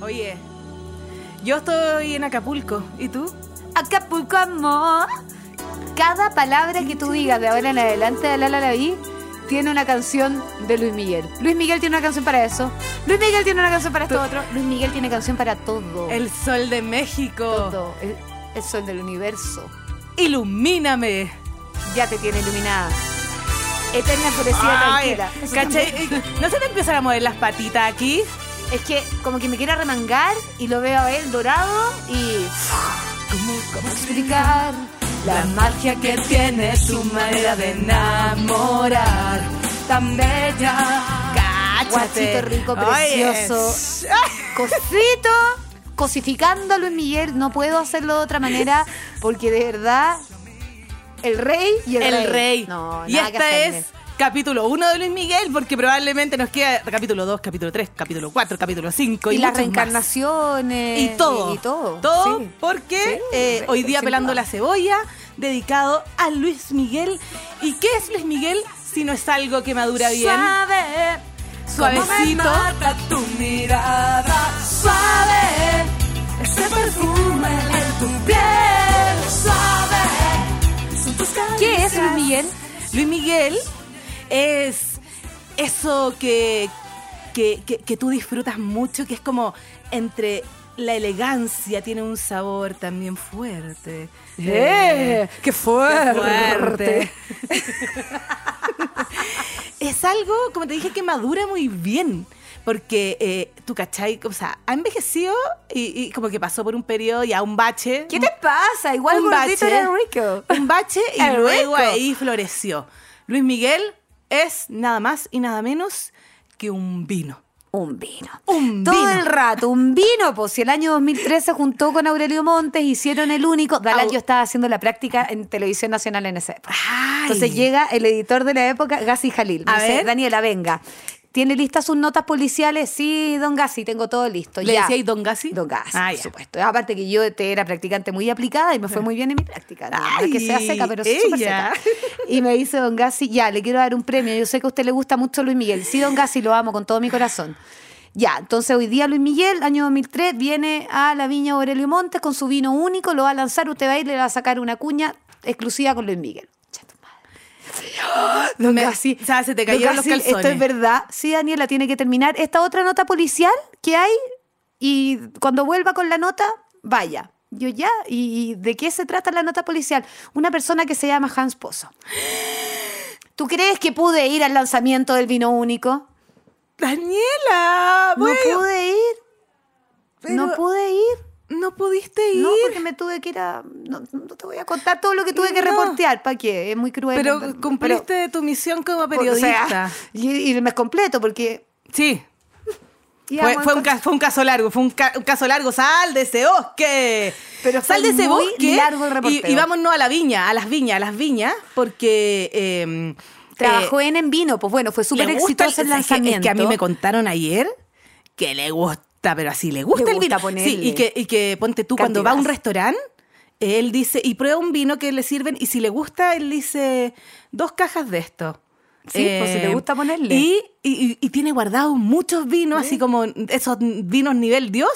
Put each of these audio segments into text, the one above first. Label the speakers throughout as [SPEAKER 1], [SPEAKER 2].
[SPEAKER 1] Oye, yo estoy en Acapulco. ¿Y tú?
[SPEAKER 2] Acapulco, amor. Cada palabra que tú digas de ahora en adelante de La La La Vi tiene una canción de Luis Miguel. Luis Miguel tiene una canción para eso. Luis Miguel tiene una canción para esto otro. Luis Miguel tiene canción para todo.
[SPEAKER 1] El sol de México.
[SPEAKER 2] Oh. todo. El, el sol del universo.
[SPEAKER 1] Ilumíname.
[SPEAKER 2] Ya te tiene iluminada. Eterna enfurecida
[SPEAKER 1] Ay,
[SPEAKER 2] tranquila. Eso
[SPEAKER 1] ¿Cachai?
[SPEAKER 2] también.
[SPEAKER 1] ¿No se te empiezan a mover las patitas aquí?
[SPEAKER 2] Es que como que me quiero remangar y lo veo a él dorado y
[SPEAKER 1] ¿Cómo, cómo
[SPEAKER 2] explicar la magia que
[SPEAKER 1] tiene su manera de enamorar? Tan bella. Cáchate.
[SPEAKER 2] Guachito Ah, rico,
[SPEAKER 1] Oye,
[SPEAKER 2] precioso. cosito cosificando a Luis Miguel no puedo hacerlo de otra manera porque de verdad el rey y el,
[SPEAKER 1] El rey.
[SPEAKER 2] no
[SPEAKER 1] y
[SPEAKER 2] nada que
[SPEAKER 1] esta
[SPEAKER 2] hacerle.
[SPEAKER 1] es capítulo 1 de Luis Miguel, porque probablemente nos queda capítulo 2, capítulo 3, capítulo 4, capítulo 5 y,
[SPEAKER 2] y
[SPEAKER 1] muchos
[SPEAKER 2] las
[SPEAKER 1] más.
[SPEAKER 2] reencarnaciones
[SPEAKER 1] Y todo.
[SPEAKER 2] Eh, y, todo,
[SPEAKER 1] Todo
[SPEAKER 2] sí.
[SPEAKER 1] porque
[SPEAKER 2] Sí,
[SPEAKER 1] eh, hoy día
[SPEAKER 2] sin
[SPEAKER 1] pelando
[SPEAKER 2] duda.
[SPEAKER 1] la cebolla, dedicado a Luis Miguel. ¿Y qué es Luis Miguel si no es algo que madura bien?
[SPEAKER 2] Suave,
[SPEAKER 1] Suavecito.
[SPEAKER 2] como me
[SPEAKER 1] tu mirada suave.
[SPEAKER 2] Este
[SPEAKER 1] Ese perfume en tu piel suave.
[SPEAKER 2] ¿Qué es Luis Miguel?
[SPEAKER 1] Luis Miguel es eso que, que, que- que tú disfrutas mucho, que es como entre la elegancia, tiene un sabor también fuerte.
[SPEAKER 2] ¡Eh! ¡Qué fuerte!
[SPEAKER 1] es algo, como te dije, que madura muy bien. Porque eh, tú, ¿cachai? O sea, ha envejecido y, y como que pasó por un periodo y a un bache.
[SPEAKER 2] ¿Qué te pasa? Igual
[SPEAKER 1] un
[SPEAKER 2] gordito
[SPEAKER 1] bache. ¿eh?
[SPEAKER 2] era rico.
[SPEAKER 1] Un bache y
[SPEAKER 2] Era
[SPEAKER 1] luego
[SPEAKER 2] rico.
[SPEAKER 1] ahí floreció. Luis Miguel es nada más y nada menos que un vino.
[SPEAKER 2] Un vino.
[SPEAKER 1] Un
[SPEAKER 2] Todo
[SPEAKER 1] vino.
[SPEAKER 2] el rato, un vino. Pues si el año 2013 se juntó con Aurelio Montes, hicieron el único. Dalal,
[SPEAKER 1] Au.
[SPEAKER 2] yo estaba haciendo la práctica en Televisión Nacional en esa época.
[SPEAKER 1] Ay.
[SPEAKER 2] Entonces llega el editor de la época, Gassi Jalil. Me
[SPEAKER 1] A
[SPEAKER 2] dice,
[SPEAKER 1] ver.
[SPEAKER 2] Daniela, venga. ¿Tiene listas sus notas policiales? Sí, don Gassi, tengo todo listo.
[SPEAKER 1] ¿Le
[SPEAKER 2] ya.
[SPEAKER 1] decíais don Gassi?
[SPEAKER 2] Don Gassi,
[SPEAKER 1] Ah,
[SPEAKER 2] por
[SPEAKER 1] ya.
[SPEAKER 2] supuesto. Aparte que yo te era practicante muy aplicada y me fue muy bien en mi práctica. No, no es que sea
[SPEAKER 1] Ay,
[SPEAKER 2] seca, pero sí súper
[SPEAKER 1] ella.
[SPEAKER 2] seca. Y me dice don Gassi, ya, le quiero dar un premio. Yo sé que a usted le gusta mucho Luis Miguel. Sí, don Gassi, lo amo con todo mi corazón. Ya, entonces hoy día Luis Miguel, año 2003, viene a la viña Aurelio Montes con su vino único, lo va a lanzar, usted va a ir, le va a sacar una cuña exclusiva con Luis Miguel. Cha tu madre. Don
[SPEAKER 1] Me-
[SPEAKER 2] Gassi,
[SPEAKER 1] o sea, se te
[SPEAKER 2] don
[SPEAKER 1] cayeron los
[SPEAKER 2] Gassi, este Esto es
[SPEAKER 1] calzones.
[SPEAKER 2] verdad. Sí, Daniela, tiene que terminar esta otra nota policial que hay y cuando vuelva con la nota, vaya. Yo ya, ¿y y de qué se trata la nota policial? Una persona que se llama Hans Pozo. ¿Tú crees que pude ir al lanzamiento del vino único?
[SPEAKER 1] Daniela, bueno,
[SPEAKER 2] no pude ir. no
[SPEAKER 1] pero-
[SPEAKER 2] pude ir.
[SPEAKER 1] no pudiste ir.
[SPEAKER 2] No, porque me tuve que ir a... No, no te voy a contar todo lo que tuve que
[SPEAKER 1] No.
[SPEAKER 2] reportear, ¿para qué? Es muy cruel.
[SPEAKER 1] pero cumpliste
[SPEAKER 2] Pero,
[SPEAKER 1] tu misión como
[SPEAKER 2] o sea,
[SPEAKER 1] periodista.
[SPEAKER 2] y, y el mes completo, porque...
[SPEAKER 1] sí.
[SPEAKER 2] íbamos
[SPEAKER 1] Fue, fue un
[SPEAKER 2] con-
[SPEAKER 1] ca- fue un caso largo, fue un, ca- un caso largo. Sal de ese bosque.
[SPEAKER 2] Pero fue
[SPEAKER 1] Sal de ese
[SPEAKER 2] muy
[SPEAKER 1] bosque.
[SPEAKER 2] largo el
[SPEAKER 1] y,
[SPEAKER 2] reporteo.
[SPEAKER 1] y vámonos a la viña, a las viñas, a las viñas, porque. eh,
[SPEAKER 2] Trabajó en En Vino, pues bueno, fue
[SPEAKER 1] eh,
[SPEAKER 2] súper
[SPEAKER 1] le gusta
[SPEAKER 2] exitoso el
[SPEAKER 1] es que-
[SPEAKER 2] lanzamiento.
[SPEAKER 1] Es que a mí me contaron ayer que le gusta, pero así le gusta
[SPEAKER 2] Le
[SPEAKER 1] el
[SPEAKER 2] gusta
[SPEAKER 1] vino. Sí,
[SPEAKER 2] ponerle
[SPEAKER 1] y que, y que ponte tú, cuando va a un
[SPEAKER 2] cantidad.
[SPEAKER 1] restaurante, él dice, y prueba un vino que le sirven, y si le gusta, él dice, dos cajas de esto. Eh,
[SPEAKER 2] Sí, pues, si le gusta ponerle.
[SPEAKER 1] Y, y- y- y tiene guardados muchos vinos, así como esos vinos nivel Dios.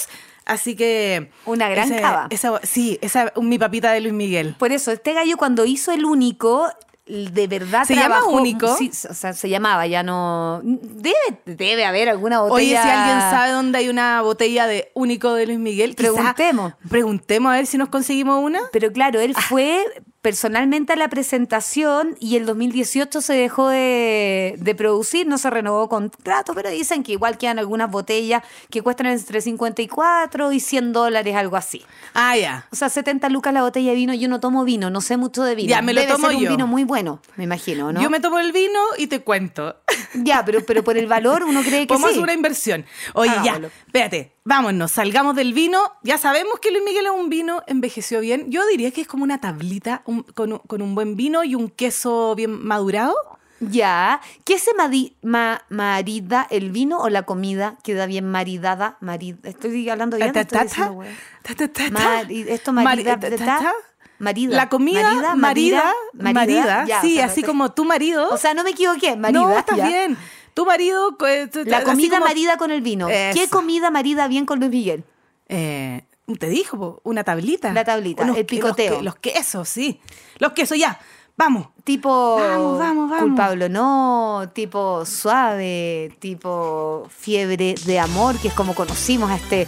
[SPEAKER 1] Así que.
[SPEAKER 2] Una gran
[SPEAKER 1] ese-
[SPEAKER 2] cava.
[SPEAKER 1] esa- sí, esa, mi papita de Luis Miguel.
[SPEAKER 2] Por eso, este gallo cuando hizo el único, de verdad
[SPEAKER 1] ¿Se llama
[SPEAKER 2] trabajó-
[SPEAKER 1] Único?
[SPEAKER 2] Sí, o sea, se llamaba, ya no... Debe, debe haber alguna botella...
[SPEAKER 1] Oye, si alguien sabe dónde hay una botella de único de Luis Miguel, quizá
[SPEAKER 2] Preguntemos.
[SPEAKER 1] preguntemos a ver si nos conseguimos una.
[SPEAKER 2] Pero claro,
[SPEAKER 1] Ah.
[SPEAKER 2] él fue personalmente a la presentación y el 2018 se dejó de, de producir, no se renovó contrato, pero dicen que igual quedan algunas botellas que cuestan entre 54 y 100 dólares, algo así.
[SPEAKER 1] Ah, ya.
[SPEAKER 2] O sea, 70 lucas la botella de vino, yo no tomo vino, no sé mucho de vino.
[SPEAKER 1] Ya, me lo
[SPEAKER 2] Debe
[SPEAKER 1] tomo
[SPEAKER 2] ser un
[SPEAKER 1] yo.
[SPEAKER 2] vino muy bueno, me imagino, ¿no?
[SPEAKER 1] Yo me tomo el vino y te cuento.
[SPEAKER 2] Ya, pero, pero por el valor uno cree que
[SPEAKER 1] Vamos a
[SPEAKER 2] sí.
[SPEAKER 1] hacer una inversión. Oye,
[SPEAKER 2] Hagámoslo.
[SPEAKER 1] ya, espérate, vámonos, salgamos del vino. Ya sabemos que Luis Miguel es un vino, envejeció bien. Yo diría que es como una tablita un- con, un- con un buen vino y un queso bien madurado.
[SPEAKER 2] Ya. ¿Qué se madi- ma- marida el vino o la comida queda bien maridada? Marid- estoy hablando bien.
[SPEAKER 1] Ta,
[SPEAKER 2] estoy
[SPEAKER 1] ta,
[SPEAKER 2] diciendo,
[SPEAKER 1] ta.
[SPEAKER 2] hueá.
[SPEAKER 1] Ta, ta, ta, ta.
[SPEAKER 2] Mari- esto marida,
[SPEAKER 1] Mari- ta,
[SPEAKER 2] de
[SPEAKER 1] ta,
[SPEAKER 2] ta-
[SPEAKER 1] ta.
[SPEAKER 2] marida.
[SPEAKER 1] La comida, marida, marida,
[SPEAKER 2] ya,
[SPEAKER 1] sí,
[SPEAKER 2] o sea,
[SPEAKER 1] así
[SPEAKER 2] no te-
[SPEAKER 1] como tu marido.
[SPEAKER 2] O sea, no me equivoqué, marida.
[SPEAKER 1] no, estás
[SPEAKER 2] ya.
[SPEAKER 1] bien. Tu tu marido. co- eh, tu-
[SPEAKER 2] La
[SPEAKER 1] así
[SPEAKER 2] comida
[SPEAKER 1] como-
[SPEAKER 2] marida con el vino. ¿Qué
[SPEAKER 1] Eso.
[SPEAKER 2] comida marida bien con Luis Miguel?
[SPEAKER 1] Eh, te dijo, po, una tablita.
[SPEAKER 2] La tablita, el
[SPEAKER 1] que-
[SPEAKER 2] picoteo.
[SPEAKER 1] que- Los, quesos, sí. Los quesos, ya. Vamos.
[SPEAKER 2] Tipo
[SPEAKER 1] Vamos, vamos, vamos.
[SPEAKER 2] culpable no, tipo suave, tipo fiebre de amor, que es como conocimos a este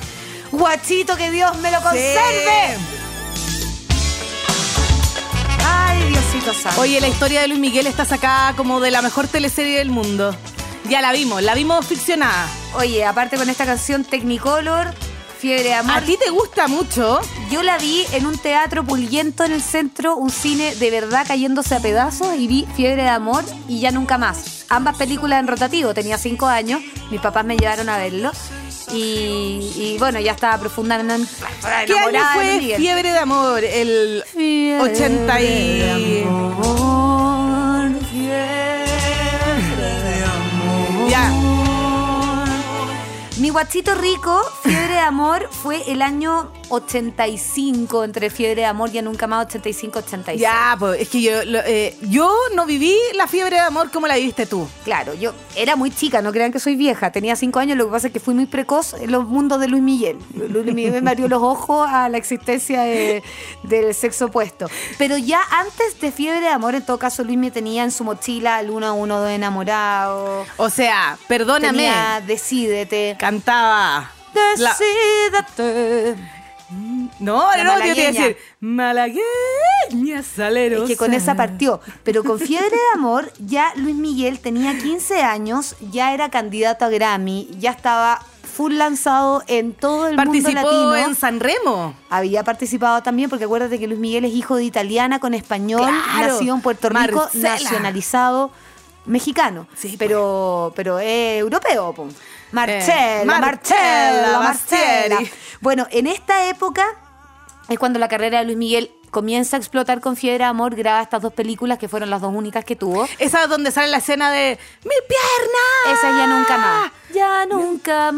[SPEAKER 2] guachito que Dios me lo conserve. Ay, Diosito santo.
[SPEAKER 1] Oye, la historia de Luis Miguel está sacada como de la mejor teleserie del mundo. Ya la vimos, la vimos ficcionada.
[SPEAKER 2] Oye, aparte con esta canción Technicolor, fiebre de amor.
[SPEAKER 1] A ti te gusta mucho.
[SPEAKER 2] Yo la vi en un teatro pulguiento en el centro, un cine de verdad cayéndose a pedazos y vi Fiebre de Amor y ya nunca más. Ambas películas en rotativo, tenía cinco años, mis papás me llevaron a verlo y, y bueno, ya estaba profundamente
[SPEAKER 1] ¿Qué año
[SPEAKER 2] enamorada de
[SPEAKER 1] fue
[SPEAKER 2] Luis Miguel.
[SPEAKER 1] Fiebre de Amor? El
[SPEAKER 2] Fiebre
[SPEAKER 1] 80 y-
[SPEAKER 2] de amor, fiebre de amor.
[SPEAKER 1] Ya.
[SPEAKER 2] Mi guachito rico, Fiebre de Amor, fue el año 85, entre Fiebre de Amor y Ya Nunca Más 85-86.
[SPEAKER 1] Ya, pues es que yo, lo- eh, yo no viví la fiebre de amor como la viviste tú.
[SPEAKER 2] Claro, yo era muy chica, no crean que soy vieja, tenía cinco años, lo que pasa es que fui muy precoz en los mundos de Luis Miguel. Luis Miguel me abrió los ojos a la existencia de- del sexo opuesto. Pero ya antes de Fiebre de Amor, en todo caso, Luis me tenía en su mochila al uno a uno de enamorado.
[SPEAKER 1] O sea, perdóname.
[SPEAKER 2] Tenía Decídete.
[SPEAKER 1] Cantaba. la-
[SPEAKER 2] Decídete.
[SPEAKER 1] no,
[SPEAKER 2] La
[SPEAKER 1] no, yo te iba a
[SPEAKER 2] malagueña.
[SPEAKER 1] decir. Malagueña salerosa.
[SPEAKER 2] Es que con esa partió. Pero con Fiebre de Amor, ya Luis Miguel tenía 15 años, ya era candidato a Grammy, ya estaba full lanzado en todo el
[SPEAKER 1] Participó
[SPEAKER 2] mundo latino.
[SPEAKER 1] en Sanremo.
[SPEAKER 2] Había participado también, porque acuérdate que Luis Miguel es hijo de italiana con español,
[SPEAKER 1] Claro.
[SPEAKER 2] nacido en Puerto Rico,
[SPEAKER 1] Marcela.
[SPEAKER 2] nacionalizado mexicano.
[SPEAKER 1] Sí, pues.
[SPEAKER 2] pero pero es europeo. po. Marcela,
[SPEAKER 1] Eh,
[SPEAKER 2] Marcela,
[SPEAKER 1] Marcela,
[SPEAKER 2] Marcela.
[SPEAKER 1] Marceli.
[SPEAKER 2] Bueno, en esta época es cuando la carrera de Luis Miguel comienza a explotar con Fiebre de Amor, graba estas dos películas que fueron las dos únicas que tuvo.
[SPEAKER 1] Esa es donde sale la escena de ¡Mi pierna!
[SPEAKER 2] Esa es ya
[SPEAKER 1] Ah.
[SPEAKER 2] nunca más. Ya nunca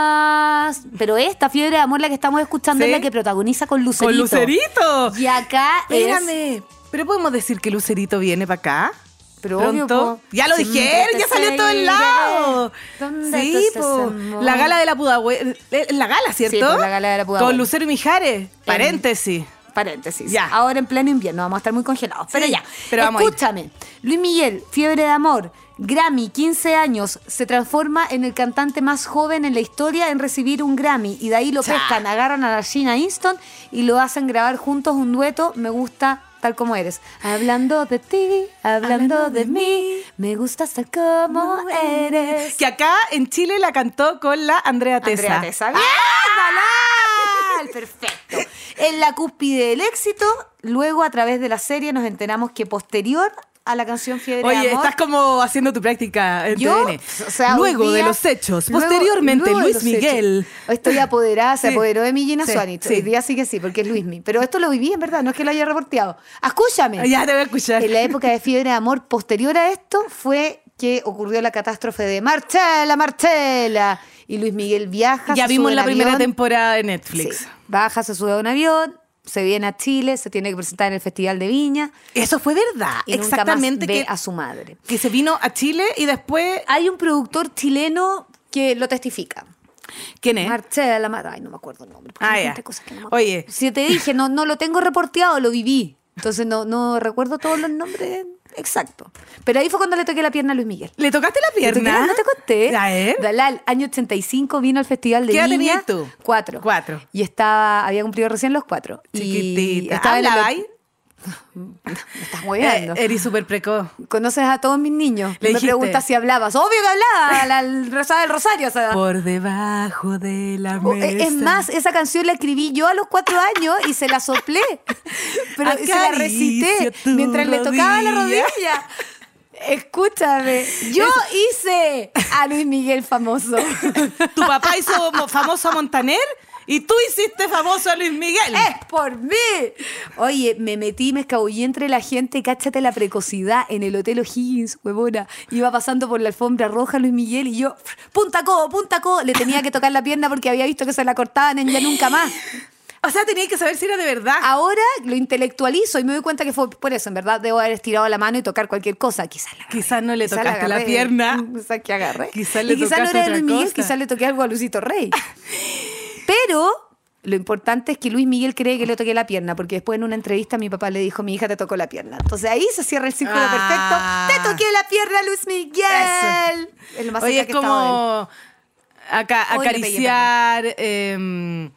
[SPEAKER 2] más. Pero esta fiebre de amor, la que estamos escuchando,
[SPEAKER 1] Sí.
[SPEAKER 2] es la que protagoniza con Lucerito.
[SPEAKER 1] Con Lucerito.
[SPEAKER 2] Y acá es.
[SPEAKER 1] Espérame. Pero podemos decir que Lucerito viene para acá.
[SPEAKER 2] Pero obvio,
[SPEAKER 1] Pronto.
[SPEAKER 2] po.
[SPEAKER 1] Ya lo
[SPEAKER 2] Siempre
[SPEAKER 1] dijeron,
[SPEAKER 2] te
[SPEAKER 1] ya salió en todo el
[SPEAKER 2] seguiré.
[SPEAKER 1] lado.
[SPEAKER 2] ¿Dónde tú
[SPEAKER 1] Sí,
[SPEAKER 2] estás,
[SPEAKER 1] po.
[SPEAKER 2] amor?
[SPEAKER 1] La gala de la Pudahue. eh, La gala, ¿cierto?
[SPEAKER 2] Sí, po, la gala de la Pudahuel.
[SPEAKER 1] Con Lucero y Mijares. Paréntesis.
[SPEAKER 2] Paréntesis.
[SPEAKER 1] Ya.
[SPEAKER 2] Ahora en pleno invierno vamos a estar muy congelados. Pero ya.
[SPEAKER 1] pero vamos a ir.
[SPEAKER 2] Escúchame. Luis Miguel, fiebre de amor. Grammy, 15 años, se transforma en el cantante más joven en la historia en recibir un Grammy. Y de ahí lo
[SPEAKER 1] Cha.
[SPEAKER 2] pescan, agarran a la Gina Easton y lo hacen grabar juntos un dueto. Me gusta tal como eres. Hablando de ti, hablando, de, mí, me gustas tal como eres.
[SPEAKER 1] Que acá en Chile la cantó con la Andrea Tesa.
[SPEAKER 2] Andrea Tesa. ¡Bien, Dalal! Perfecto. En la cúspide del éxito, luego a través de la serie nos enteramos que posterior a la canción Fiebre
[SPEAKER 1] Oye,
[SPEAKER 2] de Amor...
[SPEAKER 1] estás como haciendo tu práctica en
[SPEAKER 2] yo,
[SPEAKER 1] TVN.
[SPEAKER 2] o sea, un
[SPEAKER 1] luego de
[SPEAKER 2] día-
[SPEAKER 1] los hechos,
[SPEAKER 2] luego-
[SPEAKER 1] posteriormente
[SPEAKER 2] luego de
[SPEAKER 1] Luis
[SPEAKER 2] los hechos.
[SPEAKER 1] Miguel.
[SPEAKER 2] Estoy apoderada, se
[SPEAKER 1] Sí.
[SPEAKER 2] apoderó de mi Gina
[SPEAKER 1] Sí,
[SPEAKER 2] Swanich.
[SPEAKER 1] sí.
[SPEAKER 2] Hoy día sí que sí, porque es Luismi. Pero esto lo viví en verdad, no es que lo haya reporteado. Escúchame.
[SPEAKER 1] Ah, Ya te voy a escuchar.
[SPEAKER 2] En la época de fiebre de amor, posterior a esto, fue que ocurrió la catástrofe de Marcela, Marcela. Y Luis Miguel viaja.
[SPEAKER 1] Ya
[SPEAKER 2] se
[SPEAKER 1] vimos
[SPEAKER 2] sube
[SPEAKER 1] la
[SPEAKER 2] en
[SPEAKER 1] primera
[SPEAKER 2] avión.
[SPEAKER 1] temporada de Netflix.
[SPEAKER 2] Sí. Baja, se sube a un avión, se viene a Chile, se tiene que presentar en el Festival de Viña
[SPEAKER 1] Eso fue verdad.
[SPEAKER 2] y
[SPEAKER 1] Exactamente
[SPEAKER 2] nunca más ve
[SPEAKER 1] que,
[SPEAKER 2] a su madre.
[SPEAKER 1] que se vino a Chile y después.
[SPEAKER 2] Hay un productor chileno que lo testifica.
[SPEAKER 1] ¿Quién es?
[SPEAKER 2] Marcela, la madre. Ay, no me acuerdo el nombre. porque
[SPEAKER 1] ¿Eh? Ah,
[SPEAKER 2] hay
[SPEAKER 1] ya.
[SPEAKER 2] tanta cosa que no me
[SPEAKER 1] Oye.
[SPEAKER 2] acuerdo. Si te dije, no, no lo tengo reporteado, lo viví. Entonces no, no recuerdo todos los nombres exactos. Pero ahí fue cuando le toqué la pierna a Luis Miguel.
[SPEAKER 1] ¿Le tocaste la
[SPEAKER 2] ¿Te
[SPEAKER 1] pierna?
[SPEAKER 2] toqué- No te conté.
[SPEAKER 1] A ver.
[SPEAKER 2] Dalal, año 85 vino al Festival de
[SPEAKER 1] ¿Qué edad
[SPEAKER 2] Viña.
[SPEAKER 1] tenías tú?
[SPEAKER 2] Cuatro.
[SPEAKER 1] Cuatro.
[SPEAKER 2] Y estaba, había cumplido recién los cuatro. Y
[SPEAKER 1] Chiquitita.
[SPEAKER 2] Estaba en el
[SPEAKER 1] Habla,
[SPEAKER 2] hot-
[SPEAKER 1] ay.
[SPEAKER 2] Me estás
[SPEAKER 1] Eh,
[SPEAKER 2] hueveando.
[SPEAKER 1] eres súper precoz.
[SPEAKER 2] Conoces a todos mis niños.
[SPEAKER 1] Le
[SPEAKER 2] me
[SPEAKER 1] dijiste.
[SPEAKER 2] preguntas si hablabas. Obvio que hablaba, la, la Rosa del Rosario. o sea.
[SPEAKER 1] Por debajo de la
[SPEAKER 2] O-
[SPEAKER 1] mesa.
[SPEAKER 2] e- Es más, esa canción la escribí yo a los cuatro años y se la soplé. Pero se la recité
[SPEAKER 1] Acaricio tu
[SPEAKER 2] mientras le tocaba la
[SPEAKER 1] rodilla.
[SPEAKER 2] rodilla. Escúchame, yo hice a Luis Miguel famoso.
[SPEAKER 1] Tu papá hizo mo- famoso a Montaner y tú hiciste famoso a Luis Miguel.
[SPEAKER 2] ¡Es por mí! Oye, me metí, me escabullí entre la gente, cáchate la precocidad, en el Hotel O'Higgins, huevona. Iba pasando por la alfombra roja Luis Miguel y yo, punta co, punta co, le tenía que tocar la pierna porque había visto que se la cortaban en ya nunca más.
[SPEAKER 1] O sea, tenía que saber si era de verdad.
[SPEAKER 2] Ahora lo intelectualizo y me doy cuenta que fue por eso. En verdad, debo haber estirado la mano y tocar cualquier cosa. Quizás la agarré.
[SPEAKER 1] Quizás no le
[SPEAKER 2] Quizás
[SPEAKER 1] tocaste la
[SPEAKER 2] agarré.
[SPEAKER 1] pierna.
[SPEAKER 2] Quizás que agarré.
[SPEAKER 1] Quizás le
[SPEAKER 2] y quizás no
[SPEAKER 1] tocaste
[SPEAKER 2] era de
[SPEAKER 1] otra
[SPEAKER 2] Luis Miguel,
[SPEAKER 1] cosa.
[SPEAKER 2] quizás le toqué algo a Luisito Rey. Pero lo importante es que Luis Miguel cree que le toqué la pierna, porque después en una entrevista mi papá le dijo, mi hija te tocó la pierna. Entonces ahí se cierra el círculo
[SPEAKER 1] Ah.
[SPEAKER 2] perfecto. Te toqué la pierna, Luis Miguel. Es lo más
[SPEAKER 1] Oye,
[SPEAKER 2] cerca
[SPEAKER 1] es
[SPEAKER 2] que he estado de él.
[SPEAKER 1] como aca-
[SPEAKER 2] Hoy le pegué,
[SPEAKER 1] acariciar. em,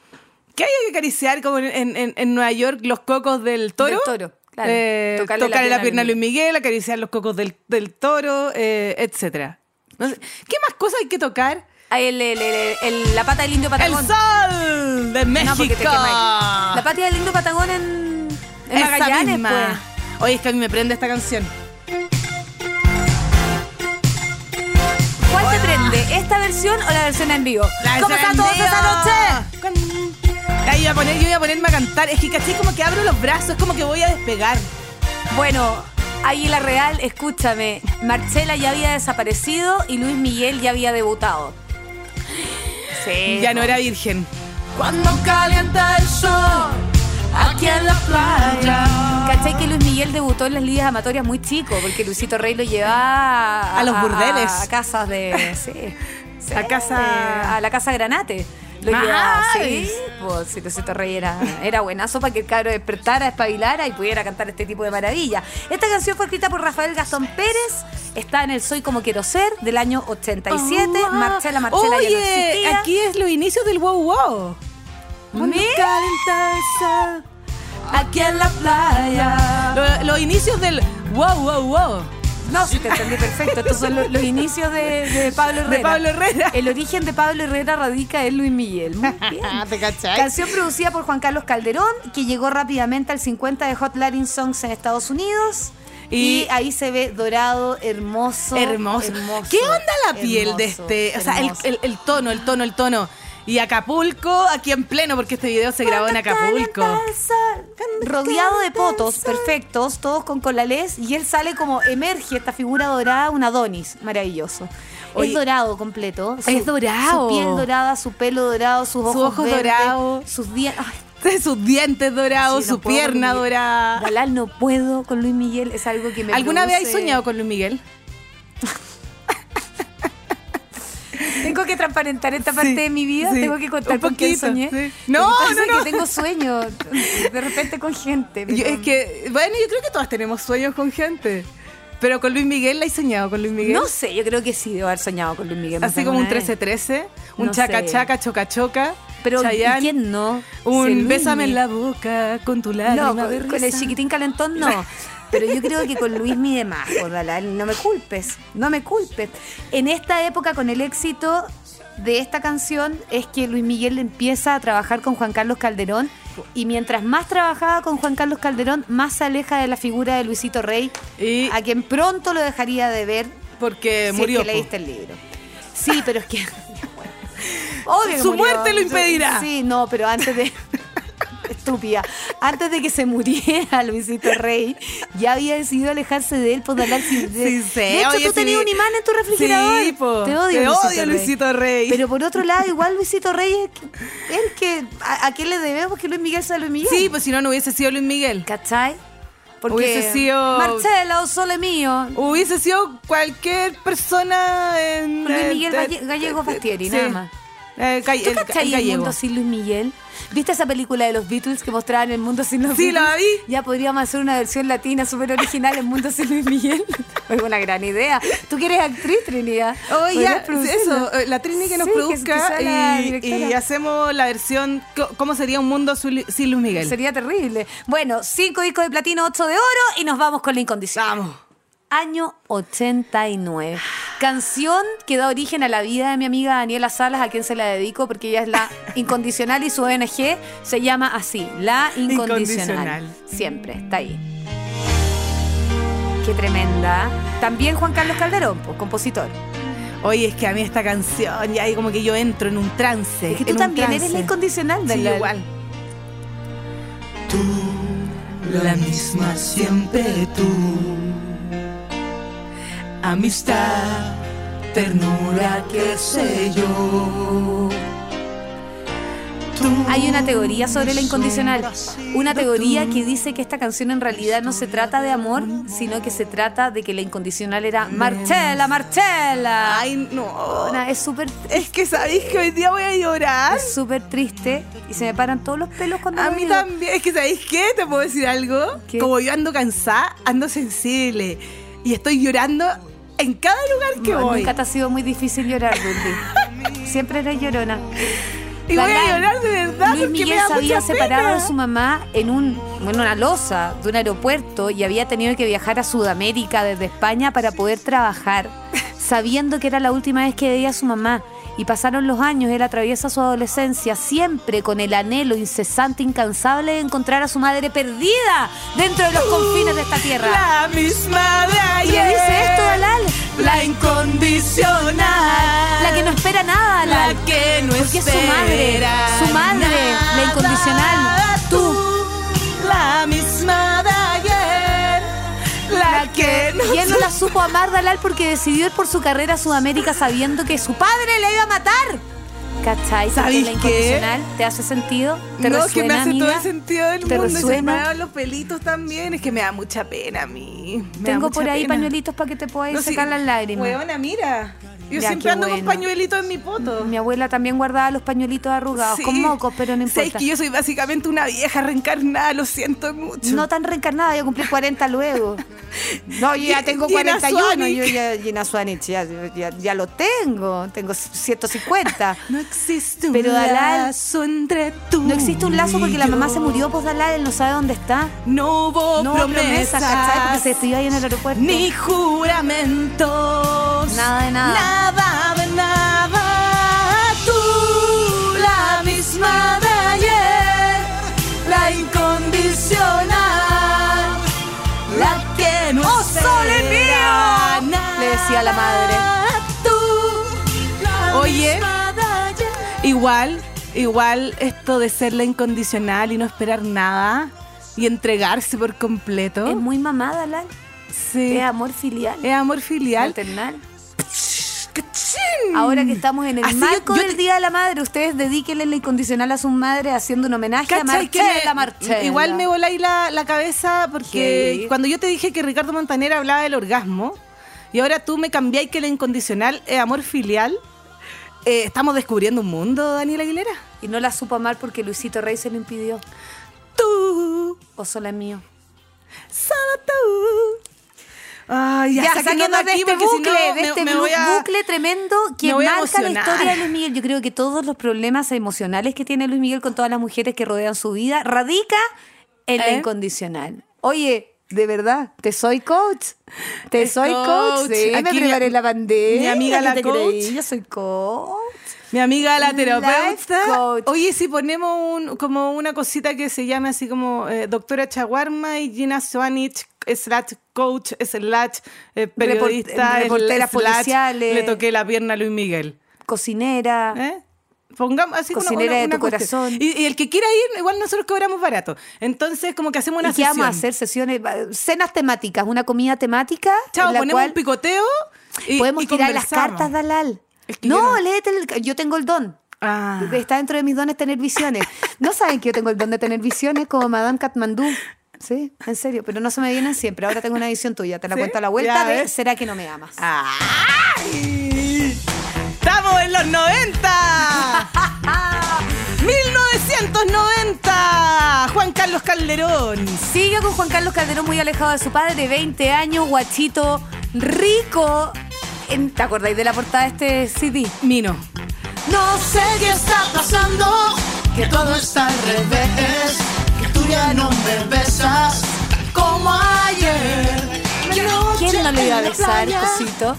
[SPEAKER 1] ¿Qué hay que acariciar como en, en- en Nueva York los cocos del toro?
[SPEAKER 2] Del toro, claro.
[SPEAKER 1] Eh,
[SPEAKER 2] Tocarle
[SPEAKER 1] tocarle,
[SPEAKER 2] la pierna
[SPEAKER 1] la pierna a Luis Miguel, acariciar los cocos del, del toro, eh, etcétera. No sé, ¿Qué más cosas hay que tocar?
[SPEAKER 2] Ah, el- el- el- el- la pata del indio
[SPEAKER 1] El
[SPEAKER 2] patagón.
[SPEAKER 1] sol de México.
[SPEAKER 2] No, porque te quema ahí. La pata del indio patagón en, en
[SPEAKER 1] Esa
[SPEAKER 2] Magallanes,
[SPEAKER 1] misma.
[SPEAKER 2] pues.
[SPEAKER 1] Oye, es que a mí me prende esta canción.
[SPEAKER 2] ¿Cuál te prende? ¿Esta versión o la versión en vivo?
[SPEAKER 1] La
[SPEAKER 2] ¿Cómo están todos esta noche?
[SPEAKER 1] Con- Ahí iba a poner, yo iba a ponerme a cantar. Es que caché como que abro los brazos, es como que voy a despegar.
[SPEAKER 2] Bueno, Águila Real, escúchame. Marcela ya había desaparecido y Luis Miguel ya había debutado. Sí.
[SPEAKER 1] Ya no era virgen.
[SPEAKER 2] Cuando calienta el sol aquí en la playa. ¿Cachai que Luis Miguel debutó en las ligas amatorias muy chico? Porque Luisito Rey lo llevaba a,
[SPEAKER 1] A los burdeles.
[SPEAKER 2] A, casas de. Sí. sí,
[SPEAKER 1] A casa-
[SPEAKER 2] A la casa Granate. Lo
[SPEAKER 1] Nice.
[SPEAKER 2] llevaba, sí. Pues, si Luisito Rey era, era buenazo para que el cabro despertara, espabilara y pudiera cantar este tipo de maravilla. Esta canción fue escrita por Rafael Gastón Pérez. Está en el Soy como quiero ser del año 87.
[SPEAKER 1] Oh, wow.
[SPEAKER 2] Marcela, Marcela ya no
[SPEAKER 1] Oye,
[SPEAKER 2] existía.
[SPEAKER 1] aquí es los inicios del wow wow. Cuando
[SPEAKER 2] Mira.
[SPEAKER 1] calienta el sol.
[SPEAKER 2] aquí en la playa.
[SPEAKER 1] Lo- los inicios del wow wow wow.
[SPEAKER 2] No, sí, te entendí perfecto. Estos son lo- los, inicios de, de Pablo Herrera.
[SPEAKER 1] De Pablo Herrera.
[SPEAKER 2] El origen de Pablo Herrera radica en Luis Miguel. Muy bien.
[SPEAKER 3] Ah,
[SPEAKER 1] ¿Te cachai?
[SPEAKER 2] Canción producida por Juan Carlos Calderón, que llegó rápidamente al 50 de Hot Latin Songs en Estados Unidos. Y,
[SPEAKER 1] Y-
[SPEAKER 2] ahí se ve dorado, hermoso.
[SPEAKER 1] Hermoso. ¿Qué onda la piel de
[SPEAKER 2] hermoso,
[SPEAKER 1] este? O sea, el,
[SPEAKER 2] hermoso.
[SPEAKER 1] el- el tono, el tono, el tono. Y Acapulco, aquí en pleno, porque este video se grabó en Acapulco.
[SPEAKER 2] Rodeado de potos perfectos, todos con colalés, y él sale como emerge esta figura dorada, un Adonis, maravilloso.
[SPEAKER 1] Oye,
[SPEAKER 2] es dorado completo.
[SPEAKER 1] es dorado.
[SPEAKER 2] Su piel dorada, su pelo dorado, sus ojos,
[SPEAKER 1] ojos
[SPEAKER 2] verdes,
[SPEAKER 1] dorados.
[SPEAKER 2] Sus dientes. ay,
[SPEAKER 1] Sus dientes dorados,
[SPEAKER 2] sí, no
[SPEAKER 1] su
[SPEAKER 2] puedo con
[SPEAKER 1] pierna
[SPEAKER 2] Luis Miguel.
[SPEAKER 1] dorada.
[SPEAKER 2] Galal, no puedo con Luis Miguel, es algo que me.
[SPEAKER 1] ¿Alguna vez has
[SPEAKER 2] produce-
[SPEAKER 1] soñado con Luis Miguel?
[SPEAKER 2] Tengo que transparentar esta
[SPEAKER 1] Sí,
[SPEAKER 2] parte de mi vida,
[SPEAKER 1] sí.
[SPEAKER 2] tengo que contar
[SPEAKER 1] Un
[SPEAKER 2] con quién
[SPEAKER 1] poquito,
[SPEAKER 2] soñé.
[SPEAKER 1] sí.
[SPEAKER 2] Lo
[SPEAKER 1] No,
[SPEAKER 2] que pasa
[SPEAKER 1] no,
[SPEAKER 2] es
[SPEAKER 1] no.
[SPEAKER 2] que tengo sueños, de repente con gente.
[SPEAKER 1] Yo-
[SPEAKER 2] pero-
[SPEAKER 1] es que, bueno, yo creo que todas tenemos sueños con gente. Pero con Luis Miguel la he soñado con Luis Miguel.
[SPEAKER 2] No sé, yo creo que sí debo haber soñado con Luis Miguel. más
[SPEAKER 1] Así como un
[SPEAKER 2] alguna vez.
[SPEAKER 1] 13-13, un
[SPEAKER 2] No
[SPEAKER 1] chaca
[SPEAKER 2] sé.
[SPEAKER 1] chaca, choca choca.
[SPEAKER 2] Pero ¿y
[SPEAKER 1] Chayanne,
[SPEAKER 2] quién no? Si
[SPEAKER 1] Un
[SPEAKER 2] Luis
[SPEAKER 1] bésame en
[SPEAKER 2] Miguel-
[SPEAKER 1] la boca con tu
[SPEAKER 2] No,
[SPEAKER 1] lágrima
[SPEAKER 2] con,
[SPEAKER 1] de
[SPEAKER 2] con el
[SPEAKER 1] risa.
[SPEAKER 2] chiquitín calentón no. Pero yo creo que con Luis mi demás, Dalal, no me culpes, no me culpes. En esta época, con el éxito de esta canción, es que Luis Miguel empieza a trabajar con Juan Carlos Calderón. Y mientras más trabajaba con Juan Carlos Calderón, más se aleja de la figura de Luisito Rey,
[SPEAKER 1] Y
[SPEAKER 2] a quien pronto lo dejaría de ver
[SPEAKER 1] porque
[SPEAKER 2] si
[SPEAKER 1] eh, murió.
[SPEAKER 2] es que
[SPEAKER 1] po.
[SPEAKER 2] leíste el libro. Sí, pero es que. Obvio que
[SPEAKER 1] Su
[SPEAKER 2] murió.
[SPEAKER 1] muerte lo impedirá.
[SPEAKER 2] Sí, no, pero antes de. Estúpida. Antes de que se muriera Luisito Rey, ya había decidido alejarse de él por hablar sin
[SPEAKER 1] Sí, sé.
[SPEAKER 2] De hecho,
[SPEAKER 1] Oye,
[SPEAKER 2] tú
[SPEAKER 1] sí
[SPEAKER 2] tenías
[SPEAKER 1] vi-
[SPEAKER 2] un imán en tu refrigerador.
[SPEAKER 1] Sí, po.
[SPEAKER 2] Te odio,
[SPEAKER 1] Te
[SPEAKER 2] Luisito,
[SPEAKER 1] odio,
[SPEAKER 2] Rey.
[SPEAKER 1] Luisito Rey.
[SPEAKER 2] Pero por otro lado, igual Luisito Rey es que- él que. ¿A, a quién le debemos que Luis Miguel sea Luis Miguel?
[SPEAKER 1] Sí, pues si no, no hubiese sido Luis Miguel.
[SPEAKER 2] ¿Cachai? Porque
[SPEAKER 1] Hubiese sido-
[SPEAKER 2] Marcela, o sole mío.
[SPEAKER 1] Hubiese sido cualquier persona en.
[SPEAKER 2] Luis
[SPEAKER 1] en-
[SPEAKER 2] Miguel Galle- Gallego Bastieri,
[SPEAKER 1] sí.
[SPEAKER 2] nada más.
[SPEAKER 1] Eh, Gall-
[SPEAKER 2] ¿Tú
[SPEAKER 1] el- el
[SPEAKER 2] cachai el
[SPEAKER 1] Gallego.
[SPEAKER 2] mundo sin Luis Miguel? ¿Viste esa película de los Beatles que mostraban el mundo sin los
[SPEAKER 1] Sí,
[SPEAKER 2] Beatles?
[SPEAKER 1] la vi.
[SPEAKER 2] Ya podríamos hacer una versión latina súper original el mundo sin Luis Miguel. Es una gran idea. Tú que eres actriz, Trinidad.
[SPEAKER 1] Oye,
[SPEAKER 2] podrías
[SPEAKER 1] Oh, ya,
[SPEAKER 2] producirla.
[SPEAKER 1] eso, eh, la Trini que nos
[SPEAKER 2] Sí, que- que
[SPEAKER 1] produzca
[SPEAKER 2] sea la
[SPEAKER 1] y- y,
[SPEAKER 2] directora.
[SPEAKER 1] hacemos la versión, co- ¿cómo sería un mundo su- sin Luis Miguel?
[SPEAKER 2] Sería terrible. Bueno, cinco discos de platino, ocho de oro y nos vamos con la incondicional.
[SPEAKER 1] Vamos.
[SPEAKER 2] Año 89. Canción que da origen a la vida de mi amiga Daniela Salas, a quien se la dedico porque ella es la incondicional y su ONG se llama así, La Incondicional.
[SPEAKER 1] Incondicional.
[SPEAKER 2] Siempre, está ahí. Qué tremenda. También Juan Carlos Calderón, pues, compositor.
[SPEAKER 1] Oye, es que a mí esta canción, ya ahí como que yo entro en un trance.
[SPEAKER 2] Es que tú
[SPEAKER 1] en un
[SPEAKER 2] también eres
[SPEAKER 1] trance.
[SPEAKER 2] la incondicional de
[SPEAKER 1] Sí,
[SPEAKER 2] la
[SPEAKER 1] igual.
[SPEAKER 3] tú, la misma siempre tú. Amistad, ternura, qué sé yo.
[SPEAKER 2] Hay una teoría sobre la incondicional. Una teoría que dice que esta canción en realidad no se trata de amor, sino que se trata de que la incondicional era Marcela, Marcela.
[SPEAKER 1] Ay, no.
[SPEAKER 2] Una- Es súper
[SPEAKER 1] Es que sabéis que hoy día voy a llorar.
[SPEAKER 2] es súper triste y se me paran todos los pelos cuando
[SPEAKER 1] A
[SPEAKER 2] lo
[SPEAKER 1] mí
[SPEAKER 2] digo.
[SPEAKER 1] también. Es que sabéis qué, te puedo decir algo.
[SPEAKER 2] ¿Qué?
[SPEAKER 1] Como yo ando cansada, ando sensible. Y estoy llorando en cada lugar que
[SPEAKER 2] No,
[SPEAKER 1] voy.
[SPEAKER 2] Nunca te ha sido muy difícil llorar, Dulce. Siempre eres llorona.
[SPEAKER 1] Y voy
[SPEAKER 2] Galán.
[SPEAKER 1] a llorar de verdad.
[SPEAKER 2] Luis
[SPEAKER 1] porque me
[SPEAKER 2] Miguel
[SPEAKER 1] da
[SPEAKER 2] se había
[SPEAKER 1] mucha
[SPEAKER 2] separado
[SPEAKER 1] pena.
[SPEAKER 2] de su mamá en un, bueno, una losa de un aeropuerto y había tenido que viajar a Sudamérica desde España para poder trabajar, sabiendo que era la última vez que veía a su mamá. Y pasaron los años, él atraviesa su adolescencia siempre con el anhelo incesante, incansable de encontrar a su madre perdida dentro de los confines de esta tierra.
[SPEAKER 1] La misma de
[SPEAKER 2] Y
[SPEAKER 1] ayer.
[SPEAKER 2] le dice esto, Dalal,
[SPEAKER 1] La incondicional.
[SPEAKER 2] la que no espera nada,
[SPEAKER 1] La
[SPEAKER 2] Dalal.
[SPEAKER 1] que no
[SPEAKER 2] Porque es su
[SPEAKER 1] espera
[SPEAKER 2] madre, su madre,
[SPEAKER 1] nada.
[SPEAKER 2] la incondicional, tú.
[SPEAKER 1] La misma de ayer. La,
[SPEAKER 2] La
[SPEAKER 1] que no
[SPEAKER 2] y él no la supo amar Dalal porque decidió ir por su carrera a Sudamérica sabiendo que su padre la iba a matar. ¿Cachai? Porque
[SPEAKER 1] ¿Sabéis
[SPEAKER 2] la
[SPEAKER 1] qué?
[SPEAKER 2] incondicional te hace sentido, te
[SPEAKER 1] no,
[SPEAKER 2] resuena,
[SPEAKER 1] que me hace todo el
[SPEAKER 2] amiga?
[SPEAKER 1] sentido del
[SPEAKER 2] ¿Te
[SPEAKER 1] mundo. y se me
[SPEAKER 2] resuena?
[SPEAKER 1] dan los pelitos también. Es que me da mucha pena a mí. Me da
[SPEAKER 2] Tengo
[SPEAKER 1] mucha
[SPEAKER 2] por ahí
[SPEAKER 1] pena.
[SPEAKER 2] pañuelitos para que te puedas ir
[SPEAKER 1] No, sí,
[SPEAKER 2] secar las lágrimas.
[SPEAKER 1] Huevona, mira. Yo
[SPEAKER 2] Ya, qué
[SPEAKER 1] siempre ando con
[SPEAKER 2] bueno.
[SPEAKER 1] pañuelitos en mi poto.
[SPEAKER 2] Mi abuela también guardaba los pañuelitos arrugados
[SPEAKER 1] Sí.
[SPEAKER 2] con mocos, pero no
[SPEAKER 1] Sabes
[SPEAKER 2] importa.
[SPEAKER 1] que yo soy básicamente una vieja reencarnada, lo siento mucho.
[SPEAKER 2] No tan reencarnada, yo cumplí 40 luego. No, yo ya
[SPEAKER 1] Ye-
[SPEAKER 2] tengo
[SPEAKER 1] Gina
[SPEAKER 2] 41, yo
[SPEAKER 1] Swanich.
[SPEAKER 2] ya, Gina Swanich, ya, ya, ya lo tengo, tengo 150.
[SPEAKER 1] No existe un
[SPEAKER 2] Pero Dalal-
[SPEAKER 1] lazo entre tú.
[SPEAKER 2] No existe un lazo porque la mamá se murió, pues Dalal, él no sabe dónde está.
[SPEAKER 1] No hubo
[SPEAKER 2] No, promesa,
[SPEAKER 1] Oh, promesas,
[SPEAKER 2] ¿cachai? Porque se estudió ahí en el aeropuerto.
[SPEAKER 1] ni juramentos.
[SPEAKER 2] Nada de nada.
[SPEAKER 1] Nada de nada. Tú, la misma de ayer, la incondicional, la que no
[SPEAKER 2] ¡Oh, sol en
[SPEAKER 1] será
[SPEAKER 2] mío!
[SPEAKER 1] nada.
[SPEAKER 2] Le decía la madre.
[SPEAKER 1] Tú, la Oye. Igual, igual esto de ser la incondicional y no esperar nada y entregarse por completo.
[SPEAKER 2] Es muy mamá, Dalal.
[SPEAKER 1] Sí.
[SPEAKER 2] Es amor filial.
[SPEAKER 1] Es amor filial.
[SPEAKER 2] maternal.
[SPEAKER 1] ¡Cachín!
[SPEAKER 2] Ahora que estamos en el
[SPEAKER 1] Así yo-
[SPEAKER 2] marco
[SPEAKER 1] yo
[SPEAKER 2] del
[SPEAKER 1] te-
[SPEAKER 2] Día de la Madre, ustedes dedíquenle la incondicional a su madre haciendo un homenaje a
[SPEAKER 1] ¿Cachai que
[SPEAKER 2] Marcela,
[SPEAKER 1] me-
[SPEAKER 2] Marcela.
[SPEAKER 1] Igual me voláis la, la cabeza porque
[SPEAKER 2] Sí.
[SPEAKER 1] cuando yo te dije que Ricardo Montaner hablaba del orgasmo y ahora tú me cambiáis que el incondicional es amor filial, eh, estamos descubriendo un mundo, Daniel Aguilera.
[SPEAKER 2] Y no la supo amar porque Luisito Rey se lo impidió.
[SPEAKER 1] Tú,
[SPEAKER 2] O sola mío.
[SPEAKER 1] solo tú. Ay, ya, saquémonos
[SPEAKER 2] saquémonos
[SPEAKER 1] de aquí porque si no
[SPEAKER 2] de
[SPEAKER 1] me-
[SPEAKER 2] este
[SPEAKER 1] me
[SPEAKER 2] blu-
[SPEAKER 1] voy a-
[SPEAKER 2] bucle tremendo que
[SPEAKER 1] me voy a
[SPEAKER 2] marca la
[SPEAKER 1] emocionar.
[SPEAKER 2] historia de Luis Miguel. Yo creo que todos los problemas emocionales que tiene Luis Miguel con todas las mujeres que rodean su vida radica en la
[SPEAKER 1] ¿Eh?
[SPEAKER 2] incondicional. Oye, de verdad, te soy coach. Te
[SPEAKER 1] Es
[SPEAKER 2] soy coach.
[SPEAKER 1] coach.
[SPEAKER 2] Sí, me
[SPEAKER 1] Aquí mi-
[SPEAKER 2] preparé la bandera.
[SPEAKER 1] mi amiga
[SPEAKER 2] ¿qué
[SPEAKER 1] la
[SPEAKER 2] te
[SPEAKER 1] coach.
[SPEAKER 2] creí? Yo soy coach.
[SPEAKER 1] Mi amiga la
[SPEAKER 2] Life coach.
[SPEAKER 1] terapeuta. Oye, si ponemos un, como una cosita que se llama así como eh, doctora Chaguarma y Gina Swanich slash coach slash eh, periodista
[SPEAKER 2] Report- reporteras
[SPEAKER 1] slash
[SPEAKER 2] policiales.
[SPEAKER 1] le toqué la pierna a Luis Miguel.
[SPEAKER 2] Cocinera.
[SPEAKER 1] ¿Eh? Pongamos así como
[SPEAKER 2] Cocinera de tu
[SPEAKER 1] cuestión.
[SPEAKER 2] corazón.
[SPEAKER 1] Y, y el que quiera ir, igual nosotros cobramos barato. Entonces, como que hacemos una
[SPEAKER 2] ¿Y qué vamos a
[SPEAKER 1] sesión.
[SPEAKER 2] hacer? Sesiones, eh, cenas temáticas, una comida temática.
[SPEAKER 1] Chao,
[SPEAKER 2] en la
[SPEAKER 1] ponemos
[SPEAKER 2] cual-
[SPEAKER 1] un picoteo y
[SPEAKER 2] Podemos
[SPEAKER 1] y
[SPEAKER 2] tirar las
[SPEAKER 1] conversamos.
[SPEAKER 2] cartas, Dalal.
[SPEAKER 1] Es que yo
[SPEAKER 2] no,
[SPEAKER 1] no-
[SPEAKER 2] léete el- Yo tengo el don.
[SPEAKER 1] Ah.
[SPEAKER 2] Está dentro de mis dones tener visiones. No saben que yo tengo el don de tener visiones como Madame Katmandú. Sí, en serio, pero no se me vienen siempre. Ahora tengo una visión tuya. Te la
[SPEAKER 1] ¿Sí?
[SPEAKER 2] cuento a la vuelta
[SPEAKER 1] Ya
[SPEAKER 2] de
[SPEAKER 1] ves.
[SPEAKER 2] ¿Será que no me amas?
[SPEAKER 1] ¡Ay! ¡Estamos en los 90! ¡1990! Juan Carlos Calderón.
[SPEAKER 2] Sigue con Juan Carlos Calderón muy alejado de su padre, 20 años, guachito, rico. En- ¿Te acordáis de la portada de este CD?
[SPEAKER 1] Mino.
[SPEAKER 3] No sé qué está pasando, que todo está al revés, que tú ya no me besas como ayer. Que
[SPEAKER 2] ¿Quién no
[SPEAKER 3] anoche
[SPEAKER 2] le iba a
[SPEAKER 3] en la
[SPEAKER 2] besar,
[SPEAKER 3] playa,
[SPEAKER 2] cosito?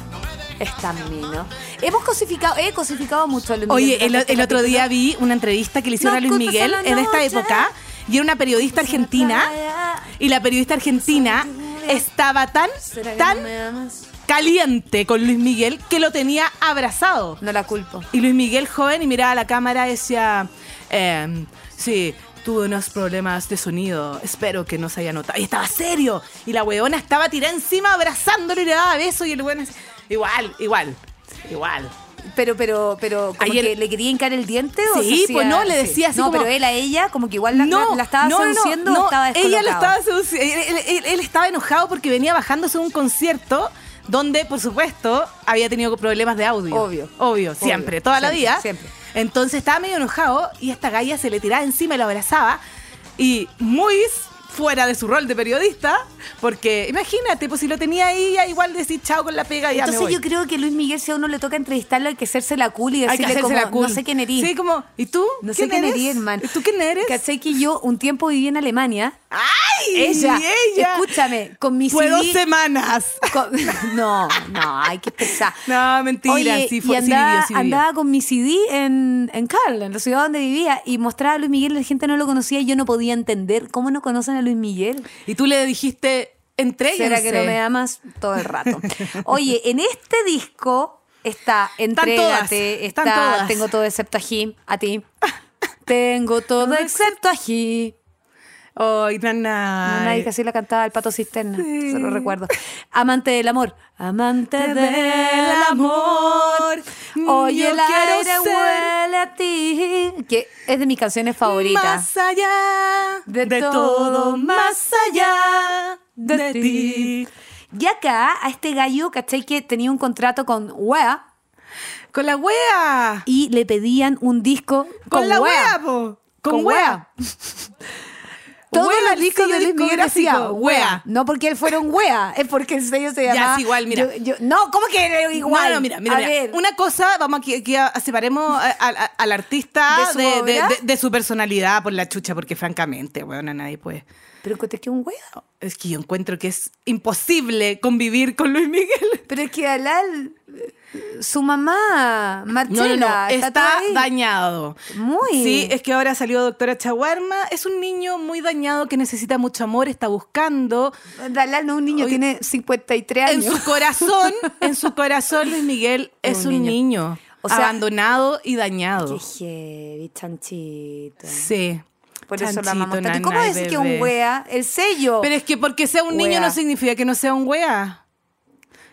[SPEAKER 2] Es tan mino. Hemos cosificado, he cosificado mucho a Luis Miguel
[SPEAKER 1] Oye, el,
[SPEAKER 2] durante
[SPEAKER 1] el
[SPEAKER 2] este
[SPEAKER 1] otro día vi una entrevista que le hicieron
[SPEAKER 2] No
[SPEAKER 1] a Luis
[SPEAKER 2] culpes a
[SPEAKER 1] Miguel
[SPEAKER 2] la
[SPEAKER 1] en esta
[SPEAKER 2] noche.
[SPEAKER 1] época. Y era una periodista argentina. Y la periodista argentina estaba tan,
[SPEAKER 2] ¿Será que no
[SPEAKER 1] tan
[SPEAKER 2] me amas?
[SPEAKER 1] caliente con Luis Miguel que lo tenía abrazado.
[SPEAKER 2] No la culpo.
[SPEAKER 1] Y Luis Miguel, joven, y miraba a la cámara y decía, em, sí, tuve unos problemas de sonido, espero que no se haya notado. Y estaba serio. Y la weona estaba tirada encima abrazándolo y le daba besos y el weón así- Igual, igual. Igual.
[SPEAKER 2] Pero, pero, pero, como
[SPEAKER 1] Ayer-
[SPEAKER 2] que le quería hincar el diente o
[SPEAKER 1] Sí,
[SPEAKER 2] se hacía-
[SPEAKER 1] pues no, le
[SPEAKER 2] sí.
[SPEAKER 1] decía así
[SPEAKER 2] No,
[SPEAKER 1] como-
[SPEAKER 2] pero él a ella, como que igual la, la- la estaba seduciendo o estaba
[SPEAKER 1] ella la
[SPEAKER 2] descolocado?
[SPEAKER 1] estaba seduciendo. Él, él- él- él estaba enojado porque venía bajándose de un concierto donde, por supuesto, había tenido problemas de audio.
[SPEAKER 2] Obvio.
[SPEAKER 1] Obvio, siempre, toda la
[SPEAKER 2] siempre,
[SPEAKER 1] vida.
[SPEAKER 2] siempre.
[SPEAKER 1] Entonces estaba medio enojado y esta galla se le tiraba encima y lo abrazaba. Y muy fuera de su rol de periodista, porque imagínate, pues si lo tenía ahí, ya igual decir chao con la pega y ya me
[SPEAKER 2] Entonces
[SPEAKER 1] voy.
[SPEAKER 2] yo creo que Luis Miguel, si a uno le toca entrevistarlo, hay que hacerse la cool y
[SPEAKER 1] Hay que
[SPEAKER 2] decirle
[SPEAKER 1] hacerse
[SPEAKER 2] como,
[SPEAKER 1] la cool.
[SPEAKER 2] no sé quién eres.
[SPEAKER 1] Sí, como, ¿y tú?
[SPEAKER 2] no sé quién eres, hermano.
[SPEAKER 1] ¿Y ¿Tú quién eres?
[SPEAKER 2] ¿Cachai que yo un tiempo viví en Alemania?
[SPEAKER 1] ¡Ay!
[SPEAKER 2] Ella,
[SPEAKER 1] ella.
[SPEAKER 2] escúchame, con mi
[SPEAKER 1] Fue
[SPEAKER 2] CD
[SPEAKER 1] dos semanas.
[SPEAKER 2] Con- no, no, hay que pensar.
[SPEAKER 1] No, mentira,
[SPEAKER 2] Oye,
[SPEAKER 1] sí fue-
[SPEAKER 2] y
[SPEAKER 1] sí vivió,
[SPEAKER 2] andaba,
[SPEAKER 1] sí vivió.
[SPEAKER 2] andaba con mi CD en, en Carl, en la ciudad donde vivía, y mostraba a Luis Miguel, la gente no lo conocía y yo no podía entender cómo no conocen a Luis Miguel.
[SPEAKER 1] Y tú le dijiste, entréguense.
[SPEAKER 2] ¿Será que no me amas todo el rato? Oye, en este disco está Entrégate,
[SPEAKER 1] todas, están
[SPEAKER 2] está
[SPEAKER 1] todas.
[SPEAKER 2] Tengo todo excepto a Jim, a ti. Tengo todo excepto a Jim.
[SPEAKER 1] Ay, nana.
[SPEAKER 2] Nadie que así la cantaba el pato cisterna,
[SPEAKER 1] Sí.
[SPEAKER 2] se lo recuerdo. Amante del amor. Amante del amor. Oye,
[SPEAKER 1] Yo
[SPEAKER 2] el
[SPEAKER 1] quiero
[SPEAKER 2] aire
[SPEAKER 1] ser
[SPEAKER 2] huele a ti. Que es de mis canciones favoritas.
[SPEAKER 1] Más allá
[SPEAKER 2] De
[SPEAKER 1] de,
[SPEAKER 2] todo,
[SPEAKER 1] todo, más allá de, ti.
[SPEAKER 2] Y acá, a este gallo, ¿cachai? Que tenía un contrato con Wea
[SPEAKER 1] Con la wea.
[SPEAKER 2] y le pedían un disco con,
[SPEAKER 1] Con, la
[SPEAKER 2] Wea.
[SPEAKER 1] wea, po. Con,
[SPEAKER 2] Con
[SPEAKER 1] wea.
[SPEAKER 2] Todo
[SPEAKER 1] Wea,
[SPEAKER 2] el disco
[SPEAKER 1] sello
[SPEAKER 2] de Luis Miguel decía
[SPEAKER 1] discográfico,
[SPEAKER 2] Wea.
[SPEAKER 1] Wea.
[SPEAKER 2] No porque él fuera un Wea, es porque el sello se
[SPEAKER 1] Ya,
[SPEAKER 2] llamaba...
[SPEAKER 1] es igual, mira.
[SPEAKER 2] Yo- yo- no, ¿cómo que era igual?
[SPEAKER 1] No, no, mira, mira,
[SPEAKER 2] a
[SPEAKER 1] mira.
[SPEAKER 2] ver.
[SPEAKER 1] Una cosa, vamos aquí, aquí a- separemos a- a- a- al
[SPEAKER 2] ¿De
[SPEAKER 1] artista
[SPEAKER 2] su
[SPEAKER 1] de de-
[SPEAKER 2] obra?
[SPEAKER 1] de- de su personalidad por la chucha, porque francamente, weón, a nadie puede.
[SPEAKER 2] Pero encontré que un Wea.
[SPEAKER 1] Es que yo encuentro que es imposible convivir con Luis Miguel.
[SPEAKER 2] Pero es que Alal, su mamá,
[SPEAKER 1] No,
[SPEAKER 2] Marcela,
[SPEAKER 1] no, no.
[SPEAKER 2] está,
[SPEAKER 1] Está
[SPEAKER 2] toda ahí.
[SPEAKER 1] dañado.
[SPEAKER 2] Muy.
[SPEAKER 1] Sí, es que ahora salió Doctora Chaguarma. Es un niño muy dañado que necesita mucho amor, está buscando.
[SPEAKER 2] Alal no es un niño,
[SPEAKER 1] Oye,
[SPEAKER 2] tiene 53
[SPEAKER 1] En
[SPEAKER 2] años.
[SPEAKER 1] su corazón, en su corazón, Luis Miguel es un, niño,
[SPEAKER 2] O sea-
[SPEAKER 1] abandonado y dañado.
[SPEAKER 2] Qué heavy, chanchito.
[SPEAKER 1] Sí.
[SPEAKER 2] Por eso la
[SPEAKER 1] Chanchito,
[SPEAKER 2] mamá tanto. ¿Y cómo
[SPEAKER 1] nanay,
[SPEAKER 2] decir que un
[SPEAKER 1] bebé.
[SPEAKER 2] Wea? El sello.
[SPEAKER 1] Pero es que porque sea un niño
[SPEAKER 2] Wea.
[SPEAKER 1] no significa que no sea un wea.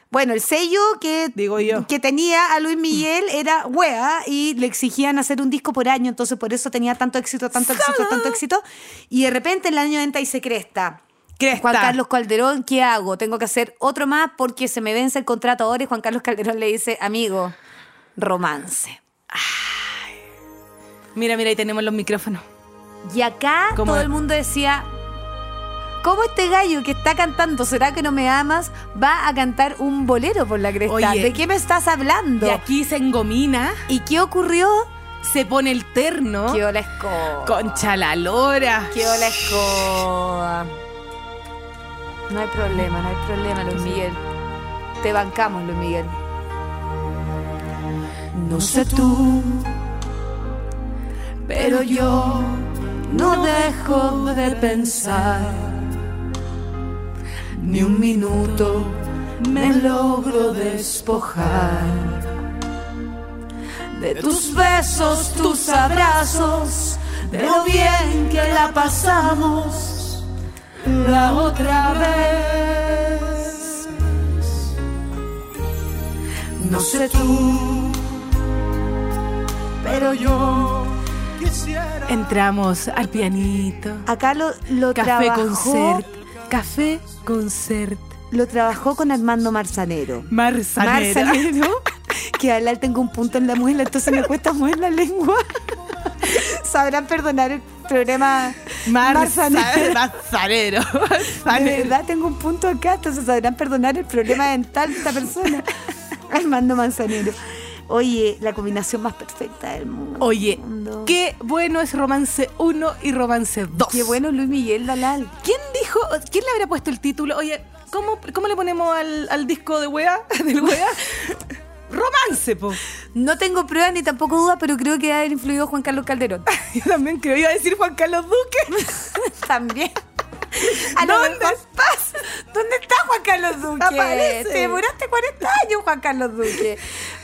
[SPEAKER 2] Bueno, el sello que,
[SPEAKER 1] Digo yo.
[SPEAKER 2] que tenía a Luis Miguel era wea y le exigían hacer un disco por año, entonces por eso tenía tanto éxito, tanto éxito, tanto éxito. Y de repente en el año 90 dice cresta.
[SPEAKER 1] Cresta.
[SPEAKER 2] Juan Carlos Calderón, ¿qué hago? Tengo que hacer otro más porque se me vence el contrato ahora y Juan Carlos Calderón le dice, amigo, romance.
[SPEAKER 1] Mira, mira, ahí tenemos los micrófonos.
[SPEAKER 2] Y acá
[SPEAKER 1] ¿Cómo?
[SPEAKER 2] todo el mundo decía, ¿cómo este gallo que está cantando, será que no me amas, va a cantar un bolero por la cresta?
[SPEAKER 1] Oye.
[SPEAKER 2] ¿De qué me estás hablando?
[SPEAKER 1] Y aquí se engomina,
[SPEAKER 2] ¿Y qué ocurrió?
[SPEAKER 1] se pone el
[SPEAKER 3] ¿Ah?
[SPEAKER 1] terno.
[SPEAKER 2] Quedó la escoba.
[SPEAKER 1] Concha la lora.
[SPEAKER 2] Quedó la escoba. No hay problema, no hay problema, Luis Miguel. Te bancamos, Luis Miguel.
[SPEAKER 3] No sé tú, pero yo no dejo de pensar. Ni un minuto me logro despojar de tus besos, tus abrazos, de lo bien que la pasamos la otra vez. No sé tú, pero yo quisiera.
[SPEAKER 1] Entramos al pianito.
[SPEAKER 2] Acá lo, lo
[SPEAKER 1] Café
[SPEAKER 2] trabajó.
[SPEAKER 1] concert. Café concert.
[SPEAKER 2] Lo trabajó con Armando Marzanero.
[SPEAKER 1] Marzanera.
[SPEAKER 2] Marzanero. Que hablar tengo un punto en la muela, entonces me cuesta mover la lengua. Sabrán perdonar el programa
[SPEAKER 1] Marza-
[SPEAKER 2] Marzanero.
[SPEAKER 1] Marzanero.
[SPEAKER 2] De
[SPEAKER 1] Marzanero.
[SPEAKER 2] verdad tengo un punto acá, entonces sabrán perdonar el problema dental de esta persona. Armando Manzanero. Oye, la combinación más perfecta del mundo.
[SPEAKER 1] Oye,
[SPEAKER 2] Mundo.
[SPEAKER 1] qué bueno es romance 1 y romance 2.
[SPEAKER 2] Qué bueno Luis Miguel Dalal.
[SPEAKER 1] ¿Quién dijo, quién le habrá puesto el título? Oye, ¿cómo, cómo le ponemos al, al disco de wea? Del wea? romance, po.
[SPEAKER 2] No tengo pruebas ni tampoco dudas, pero creo que ha influido Juan Carlos Calderón.
[SPEAKER 1] Yo también creo, iba a decir Juan Carlos Duque.
[SPEAKER 2] También. A lo
[SPEAKER 1] ¿Dónde
[SPEAKER 2] mejor- ¿Dónde está Juan Carlos Duque?
[SPEAKER 1] Aparece.
[SPEAKER 2] Te demoraste 40 años, Juan Carlos Duque.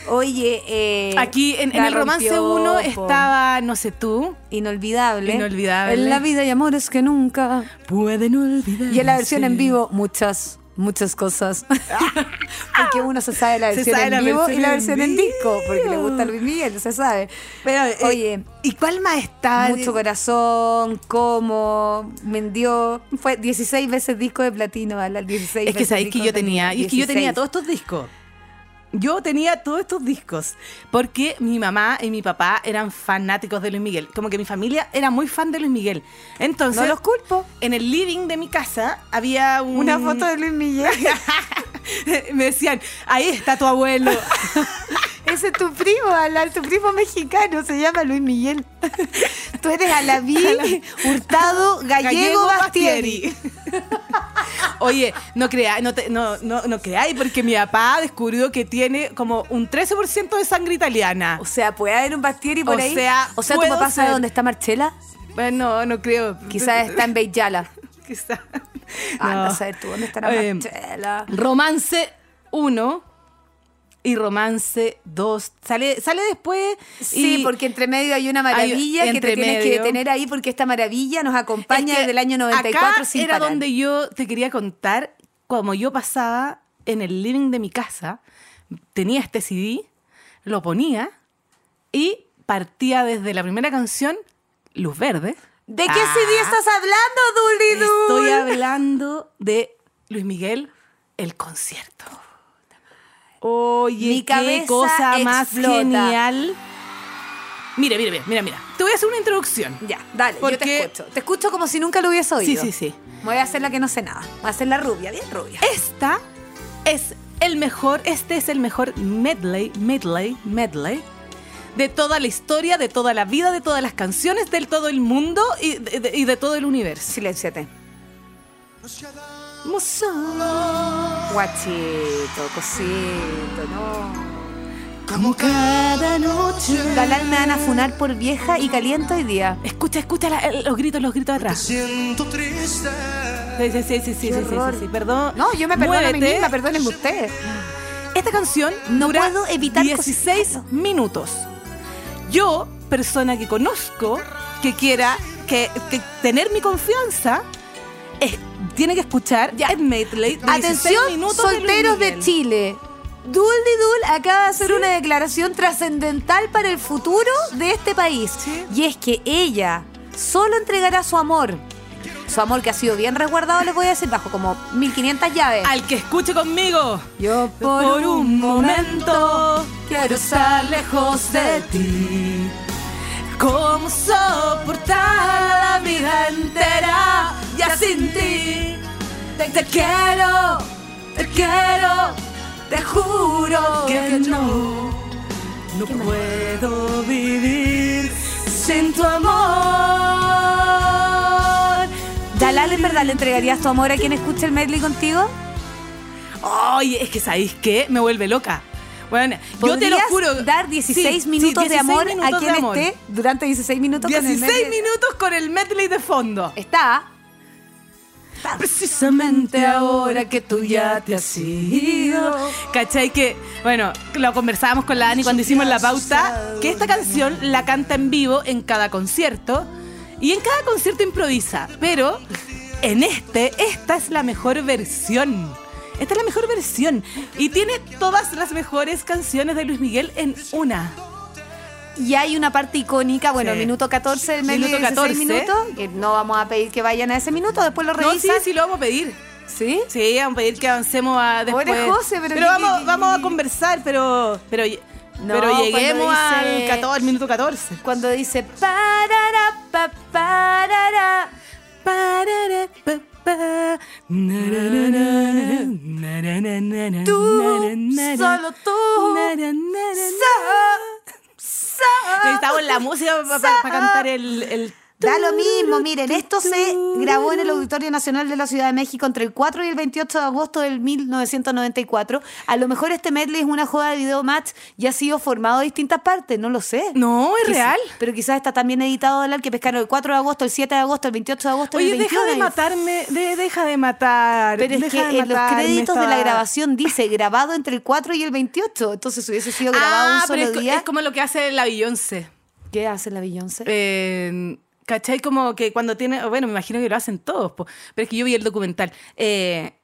[SPEAKER 2] Oye, eh,
[SPEAKER 1] Aquí en, en
[SPEAKER 2] la
[SPEAKER 1] el romance
[SPEAKER 2] rompió,
[SPEAKER 1] 1
[SPEAKER 2] po.
[SPEAKER 1] estaba, no sé tú.
[SPEAKER 2] Inolvidable.
[SPEAKER 1] Inolvidable.
[SPEAKER 2] En la vida hay amores que nunca.
[SPEAKER 1] Pueden olvidar.
[SPEAKER 2] Y en la versión en vivo, muchas muchas cosas. porque uno se sabe la
[SPEAKER 1] Se
[SPEAKER 2] versión
[SPEAKER 1] sabe
[SPEAKER 2] en
[SPEAKER 1] la
[SPEAKER 2] vivo y
[SPEAKER 1] versión en
[SPEAKER 2] la versión en disco, porque le gusta
[SPEAKER 1] vivo.
[SPEAKER 2] Luis Miguel, se sabe.
[SPEAKER 1] Pero, eh, ah,
[SPEAKER 2] Oye,
[SPEAKER 1] ¿y cuál más está?
[SPEAKER 2] Mucho corazón, como, vendió, fue 16 veces disco de platino, a las 16
[SPEAKER 1] Es que
[SPEAKER 2] veces
[SPEAKER 1] sabéis que
[SPEAKER 2] disco
[SPEAKER 1] yo
[SPEAKER 2] de
[SPEAKER 1] tenía,
[SPEAKER 2] platino,
[SPEAKER 1] y es que yo tenía
[SPEAKER 2] 16.
[SPEAKER 1] todos estos discos. Yo tenía todos estos discos porque mi mamá y mi papá eran fanáticos de Luis Miguel. Como que mi familia era muy fan de Luis Miguel. Entonces,
[SPEAKER 2] No los culpo.
[SPEAKER 1] en el living de mi casa había un-
[SPEAKER 2] Una foto de Luis Miguel.
[SPEAKER 1] me decían, ahí está tu abuelo.
[SPEAKER 2] Ese es tu primo, Alan, tu primo mexicano, se llama Luis Miguel. Tú eres Alaví Hurtado Gallego, Bastieri.
[SPEAKER 1] Oye, no creáis, no, te- no, no, no creáis, porque mi papá descubrió que tiene como un 13% de sangre italiana.
[SPEAKER 2] O sea, puede haber un Bastieri por
[SPEAKER 1] O
[SPEAKER 2] ahí.
[SPEAKER 1] sea,
[SPEAKER 2] o sea, ¿tu
[SPEAKER 1] puedo
[SPEAKER 2] papá sabe
[SPEAKER 1] ser.
[SPEAKER 2] dónde está Marchela?
[SPEAKER 1] Bueno, no creo.
[SPEAKER 2] Quizás está en Beyala.
[SPEAKER 1] Quizá.
[SPEAKER 2] Anda a
[SPEAKER 1] No.
[SPEAKER 2] saber tú dónde estará
[SPEAKER 1] Eh,
[SPEAKER 2] Marchela.
[SPEAKER 1] Romance 1 y Romance 2. Sale, sale después.
[SPEAKER 2] Sí,
[SPEAKER 1] y-
[SPEAKER 2] porque entre medio hay una maravilla
[SPEAKER 1] Hay-
[SPEAKER 2] que te
[SPEAKER 1] entre
[SPEAKER 2] tienes que
[SPEAKER 1] medio.
[SPEAKER 2] detener ahí porque esta maravilla nos
[SPEAKER 1] es
[SPEAKER 2] acompaña
[SPEAKER 1] que
[SPEAKER 2] desde el año 94
[SPEAKER 1] acá
[SPEAKER 2] sin
[SPEAKER 1] era
[SPEAKER 2] parar.
[SPEAKER 1] donde yo te quería contar como yo pasaba en el living de mi casa, tenía este CD, lo ponía y partía desde la primera canción, Luz Verde.
[SPEAKER 2] ¿De qué
[SPEAKER 1] Ah.
[SPEAKER 2] CD estás hablando, Dulidul?
[SPEAKER 1] Estoy hablando de Luis Miguel, el concierto. Oye,
[SPEAKER 2] Mi cabeza
[SPEAKER 1] qué cosa más
[SPEAKER 2] explota.
[SPEAKER 1] genial. Mira, mira, mira, mira, mira. Te voy a hacer una introducción.
[SPEAKER 2] Ya, dale, yo te
[SPEAKER 1] Porque-
[SPEAKER 2] escucho. Te escucho como si nunca lo hubiese oído.
[SPEAKER 1] Sí, sí, sí. Eh,
[SPEAKER 2] Me voy a hacer la que no sé nada. Voy a hacer la rubia, bien rubia.
[SPEAKER 1] Esta es el mejor, este es el mejor medley, medley, medley de toda la historia, de toda la vida, de todas las canciones, del todo el mundo y de, de- y de todo el universo.
[SPEAKER 2] Silenciate. Guachito, cosito, no.
[SPEAKER 3] Como cada noche.
[SPEAKER 2] Galán me van a funar por vieja y caliente hoy día.
[SPEAKER 1] Escucha, escucha la- el- los gritos, los gritos atrás.
[SPEAKER 3] Siento triste.
[SPEAKER 1] Sí, sí, sí, sí, sí, sí,
[SPEAKER 2] Qué
[SPEAKER 1] sí, sí,
[SPEAKER 2] horror.
[SPEAKER 1] sí, perdón.
[SPEAKER 2] No, yo me perdono a mí
[SPEAKER 1] Muévete.
[SPEAKER 2] misma, perdónenme ustedes.
[SPEAKER 1] Esta canción
[SPEAKER 2] No
[SPEAKER 1] dura
[SPEAKER 2] puedo evitar
[SPEAKER 1] 16
[SPEAKER 2] cositas.
[SPEAKER 1] minutos. Yo, persona que conozco, que quiera que, que tener mi confianza, es- tiene que escuchar ya. Medley. 16
[SPEAKER 2] Atención,
[SPEAKER 1] minutos de Luis
[SPEAKER 2] solteros de,
[SPEAKER 1] Miguel.
[SPEAKER 2] Chile. Dul Dul acaba de hacer una declaración trascendental para el futuro de este país.
[SPEAKER 1] Sí.
[SPEAKER 2] Y es que ella solo entregará su amor. Su amor que ha sido bien resguardado, les voy a decir, bajo como 1500 llaves.
[SPEAKER 1] Al que escuche conmigo.
[SPEAKER 2] Yo
[SPEAKER 1] Por un momento
[SPEAKER 2] quiero
[SPEAKER 1] estar lejos de ti. ¿Cómo soportar la vida entera ya sin ti? Te, te quiero, te quiero, te juro que no. No puedo vivir sin tu amor.
[SPEAKER 2] Dalal, ¿en verdad le entregarías tu amor a quien escuche el medley contigo?
[SPEAKER 1] Ay, es que sabéis qué, me vuelve loca. Bueno, yo te lo
[SPEAKER 2] ¿Podrías
[SPEAKER 1] juro.
[SPEAKER 2] dar 16
[SPEAKER 1] Sí,
[SPEAKER 2] minutos
[SPEAKER 1] sí,
[SPEAKER 2] de
[SPEAKER 1] 16
[SPEAKER 2] amor a
[SPEAKER 1] minutos
[SPEAKER 2] quien
[SPEAKER 1] de amor.
[SPEAKER 2] esté durante 16 minutos con el
[SPEAKER 1] 16
[SPEAKER 2] medley?
[SPEAKER 1] minutos con el medley de fondo.
[SPEAKER 2] Está.
[SPEAKER 1] Precisamente
[SPEAKER 2] ahora que tú ya te has ido.
[SPEAKER 1] ¿Cachai? Que, bueno, lo conversábamos con la Dani cuando hicimos la pauta, que esta canción la canta en vivo en cada concierto y en cada concierto improvisa, pero en este, esta es la mejor versión. Esta es la mejor versión y tiene todas las mejores canciones de Luis Miguel en una.
[SPEAKER 2] Y hay una parte icónica, bueno,
[SPEAKER 1] Sí.
[SPEAKER 2] minuto 14 del medley
[SPEAKER 1] Minuto
[SPEAKER 2] de 16
[SPEAKER 1] 14.
[SPEAKER 2] minutos, que no vamos a pedir que vayan a ese minuto, después lo
[SPEAKER 1] No, sí,
[SPEAKER 2] revisan.
[SPEAKER 1] sí, lo vamos a pedir.
[SPEAKER 2] ¿Sí?
[SPEAKER 1] Sí, vamos a pedir que avancemos a después.
[SPEAKER 2] Pobre José, pero que- que-
[SPEAKER 1] vamos, vamos a conversar, pero pero,
[SPEAKER 2] No,
[SPEAKER 1] pero lleguemos
[SPEAKER 2] cuando dice-
[SPEAKER 1] al 14, al minuto 14.
[SPEAKER 2] Cuando dice parara pa parara.
[SPEAKER 1] Parara, pa, pa, nararara, nararara,
[SPEAKER 2] Tú,
[SPEAKER 1] nararara,
[SPEAKER 2] solo tú.
[SPEAKER 1] nararara,
[SPEAKER 2] sa-
[SPEAKER 1] Necesitamos la música para cantar el, el-
[SPEAKER 2] Da lo mismo, miren, esto se grabó en el Auditorio Nacional de la Ciudad de México entre el 4 y el 28 de agosto del 1994. A lo mejor este medley es una joda de video match y ha sido formado de distintas partes, no lo sé.
[SPEAKER 1] No, es
[SPEAKER 2] Quizá-
[SPEAKER 1] real.
[SPEAKER 2] Pero quizás está también editado Dalal que pescaron el 4 de agosto, el 7 de agosto, el 28 de agosto,
[SPEAKER 1] Oye,
[SPEAKER 2] el
[SPEAKER 1] deja
[SPEAKER 2] 21
[SPEAKER 1] de
[SPEAKER 2] agosto.
[SPEAKER 1] matarme, de- deja de matar.
[SPEAKER 2] Pero es que
[SPEAKER 1] deja de
[SPEAKER 2] en los
[SPEAKER 1] matarme,
[SPEAKER 2] créditos de la
[SPEAKER 1] estaba-
[SPEAKER 2] grabación dice grabado entre el 4 y el 28. Entonces hubiese sido grabado
[SPEAKER 1] Ah,
[SPEAKER 2] un solo
[SPEAKER 1] pero es, co-
[SPEAKER 2] día.
[SPEAKER 1] es como lo que hace la Beyoncé.
[SPEAKER 2] ¿Qué hace la Beyoncé?
[SPEAKER 1] Eh, ¿Cachai? Como que cuando tiene. Bueno, me imagino que lo hacen todos, po, pero es que yo vi el documental. Eh,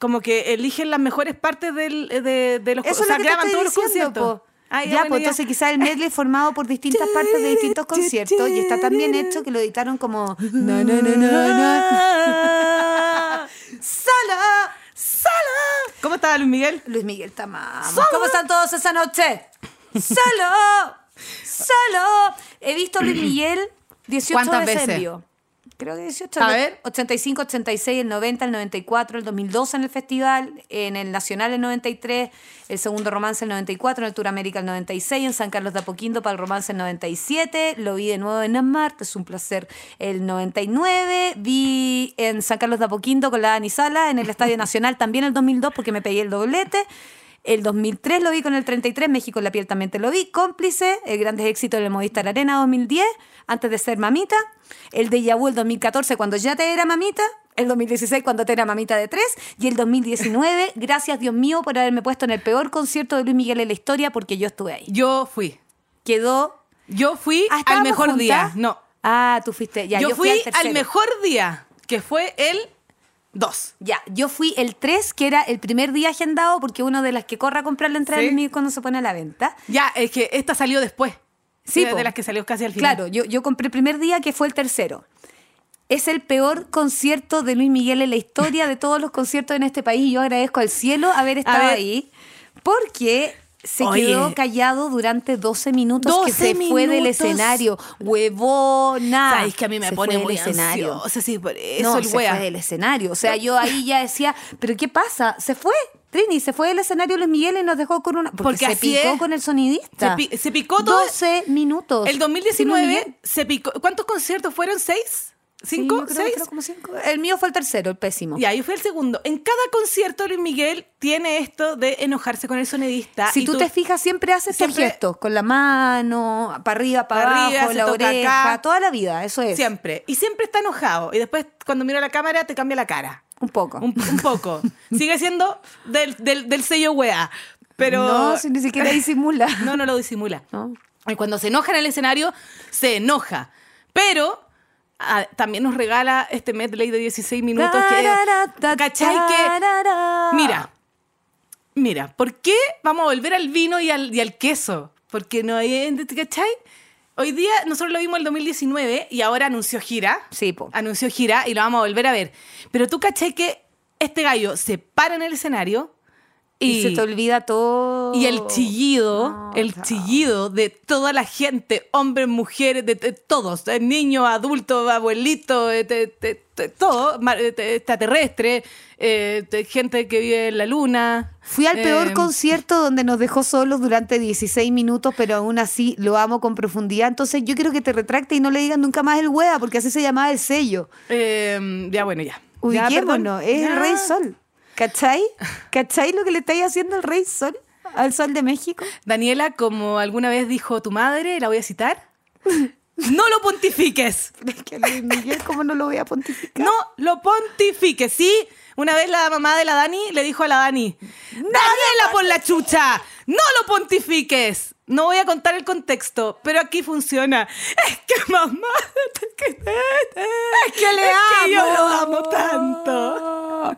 [SPEAKER 1] como que eligen las mejores partes del, eh, de, de los
[SPEAKER 2] Eso
[SPEAKER 1] o sea,
[SPEAKER 2] es lo que te
[SPEAKER 1] graban
[SPEAKER 2] estoy
[SPEAKER 1] todos los
[SPEAKER 2] diciendo,
[SPEAKER 1] conciertos.
[SPEAKER 2] po.
[SPEAKER 1] Ah,
[SPEAKER 2] ya,
[SPEAKER 1] bueno,
[SPEAKER 2] pues entonces quizás el medley es formado por distintas partes de distintos conciertos y está tan bien hecho que lo editaron como na, na, na, na, na. ¡Solo!
[SPEAKER 1] ¡Sala! ¿Cómo estaba Luis Miguel?
[SPEAKER 2] Luis Miguel Tamamo.
[SPEAKER 1] Solo.
[SPEAKER 2] ¿Cómo están todos esa noche? ¡Solo! ¡Solo! He visto a Luis Miguel 18
[SPEAKER 4] ¿Cuántas
[SPEAKER 2] veces, en
[SPEAKER 4] veces?
[SPEAKER 2] vivo. Creo que 18
[SPEAKER 4] A
[SPEAKER 2] veces.
[SPEAKER 4] ver.
[SPEAKER 2] 85, 86, el 90, el 94, el 2012 en el festival, en el Nacional el 93, el segundo romance el 94, en el Tour América el 96, en San Carlos de Apoquindo para el romance el 97, lo vi de nuevo en Amar, que es un placer, el 99, vi en San Carlos de Apoquindo con la Dani Sala, en el Estadio Nacional también el 2002 porque me pegué el doblete. El 2003 lo vi con el 33, México en la piel también te lo vi, cómplice, el grandes éxitos del Movistar Arena 2010, antes de ser mamita, el de Vu el 2014 cuando ya te era mamita, el 2016 cuando te era mamita de tres y el 2019, gracias Dios mío por haberme puesto en el peor concierto de Luis Miguel en la historia porque yo estuve ahí.
[SPEAKER 1] Yo fui.
[SPEAKER 2] Quedó
[SPEAKER 1] Yo fui
[SPEAKER 2] Ah,
[SPEAKER 1] al
[SPEAKER 2] ¿estábamos
[SPEAKER 1] mejor
[SPEAKER 2] juntas?
[SPEAKER 1] día. No.
[SPEAKER 2] Ah, tú fuiste. Ya,
[SPEAKER 1] yo,
[SPEAKER 2] yo,
[SPEAKER 1] fui al,
[SPEAKER 2] tercero.
[SPEAKER 1] mejor día, que fue el 2.
[SPEAKER 2] Ya, yo fui el 3, que era el primer día agendado, porque uno de las que corra a comprar la entrada
[SPEAKER 1] Sí.
[SPEAKER 2] de Luis Miguel cuando se pone a la venta.
[SPEAKER 1] Ya, es que esta salió después.
[SPEAKER 2] Sí,
[SPEAKER 1] de,
[SPEAKER 2] po.
[SPEAKER 1] de las que salió casi al final.
[SPEAKER 2] Claro, yo, yo compré el primer día, que fue el tercero. Es el peor concierto de Luis Miguel en la historia de todos los conciertos en este país. y Yo agradezco al cielo haber estado
[SPEAKER 1] ver.
[SPEAKER 2] ahí, porque se
[SPEAKER 1] Oye.
[SPEAKER 2] quedó callado durante 12 minutos
[SPEAKER 1] 12
[SPEAKER 2] que se fue del
[SPEAKER 1] minutos.
[SPEAKER 2] escenario. Huevona.
[SPEAKER 1] Sabes que a mí me
[SPEAKER 2] Ah, Se
[SPEAKER 1] pone
[SPEAKER 2] fue del
[SPEAKER 1] muy
[SPEAKER 2] escenario.
[SPEAKER 1] ansiosa, sí, por eso
[SPEAKER 2] No,
[SPEAKER 1] el
[SPEAKER 2] se
[SPEAKER 1] wea.
[SPEAKER 2] fue del escenario. O sea, yo ahí ya decía, ¿pero qué pasa? Se fue. Trini se fue del escenario Luis Miguel y nos dejó con una. Porque,
[SPEAKER 1] Porque
[SPEAKER 2] se
[SPEAKER 1] así
[SPEAKER 2] picó
[SPEAKER 1] es.
[SPEAKER 2] con el sonidista.
[SPEAKER 1] Se pi- se picó todo-
[SPEAKER 2] 12 minutos.
[SPEAKER 1] El
[SPEAKER 2] Sin Luis Miguel.
[SPEAKER 1] 2019 se picó. ¿Cuántos conciertos fueron? ¿Seis?
[SPEAKER 2] Sí,
[SPEAKER 1] ¿Cinco?
[SPEAKER 2] yo creo que
[SPEAKER 1] ¿Seis?
[SPEAKER 2] fueron como cinco. El mío fue el tercero, el pésimo.
[SPEAKER 1] Y ahí fue el segundo. En cada concierto Luis Miguel tiene esto de enojarse con el sonidista.
[SPEAKER 2] Si
[SPEAKER 1] y
[SPEAKER 2] tú, te fijas, siempre haces
[SPEAKER 1] Siempre-
[SPEAKER 2] el gesto, con la mano, para arriba, para,
[SPEAKER 1] Para arriba,
[SPEAKER 2] abajo,
[SPEAKER 1] se
[SPEAKER 2] la
[SPEAKER 1] toca
[SPEAKER 2] oreja,
[SPEAKER 1] acá.
[SPEAKER 2] toda la vida, eso es.
[SPEAKER 1] Siempre. Y siempre está enojado. Y después cuando mira la cámara te cambia la cara.
[SPEAKER 2] Un poco.
[SPEAKER 1] Un, un poco. Sigue siendo del, del- del sello wea. Pero...
[SPEAKER 2] No, si ni siquiera disimula.
[SPEAKER 1] No, no lo disimula.
[SPEAKER 2] No.
[SPEAKER 1] Y cuando se enoja en el escenario, se enoja. Pero ah, también nos regala este medley de 16 minutos que...
[SPEAKER 2] Tararata,
[SPEAKER 1] ¿Cachai que
[SPEAKER 2] tarara.
[SPEAKER 1] Mira, mira, ¿por qué vamos a volver al vino y al, y al queso? Porque no hay, ¿cachai? Hoy día nosotros lo vimos el 2019 y ahora anunció gira.
[SPEAKER 2] Sí, po.
[SPEAKER 1] Anunció gira y lo vamos a volver a ver. Pero tú cachai que este gallo se para en el escenario
[SPEAKER 2] Y,
[SPEAKER 1] y,
[SPEAKER 2] se te olvida todo.
[SPEAKER 1] y el chillido,
[SPEAKER 2] Oh, No,
[SPEAKER 1] el
[SPEAKER 2] chao.
[SPEAKER 1] chillido de toda la gente, hombres, mujeres, de, de todos, de niño, adulto, abuelito, de, de- de- de todo, ma- de- de extraterrestre, eh, de gente que vive en la luna.
[SPEAKER 2] Fui al peor
[SPEAKER 1] Eh,
[SPEAKER 2] concierto donde nos dejó solos durante 16 minutos, pero aún así lo amo con profundidad. Entonces yo quiero que te retracte y no le digas nunca más el hueá, porque así se llamaba el sello.
[SPEAKER 1] eh, ya, bueno, ya. Ya,
[SPEAKER 2] Ubiquémonos,
[SPEAKER 1] perdón.
[SPEAKER 2] es el
[SPEAKER 1] Ya.
[SPEAKER 2] Rey Sol. ¿Cachai? ¿Cachai lo que le estáis haciendo al Rey Sol? Al Sol de México.
[SPEAKER 1] Daniela, como alguna vez dijo tu madre, la voy a citar, no lo pontifiques.
[SPEAKER 2] Es que Luis Miguel, ¿cómo no lo voy a pontificar?
[SPEAKER 1] No lo pontifiques, ¿sí? Una vez la mamá de la Dani le dijo a la Dani, Daniela por la chucha, no lo pontifiques. No voy a contar el contexto, pero aquí funciona. Es que mamá, es que, es que le yo lo amo tanto.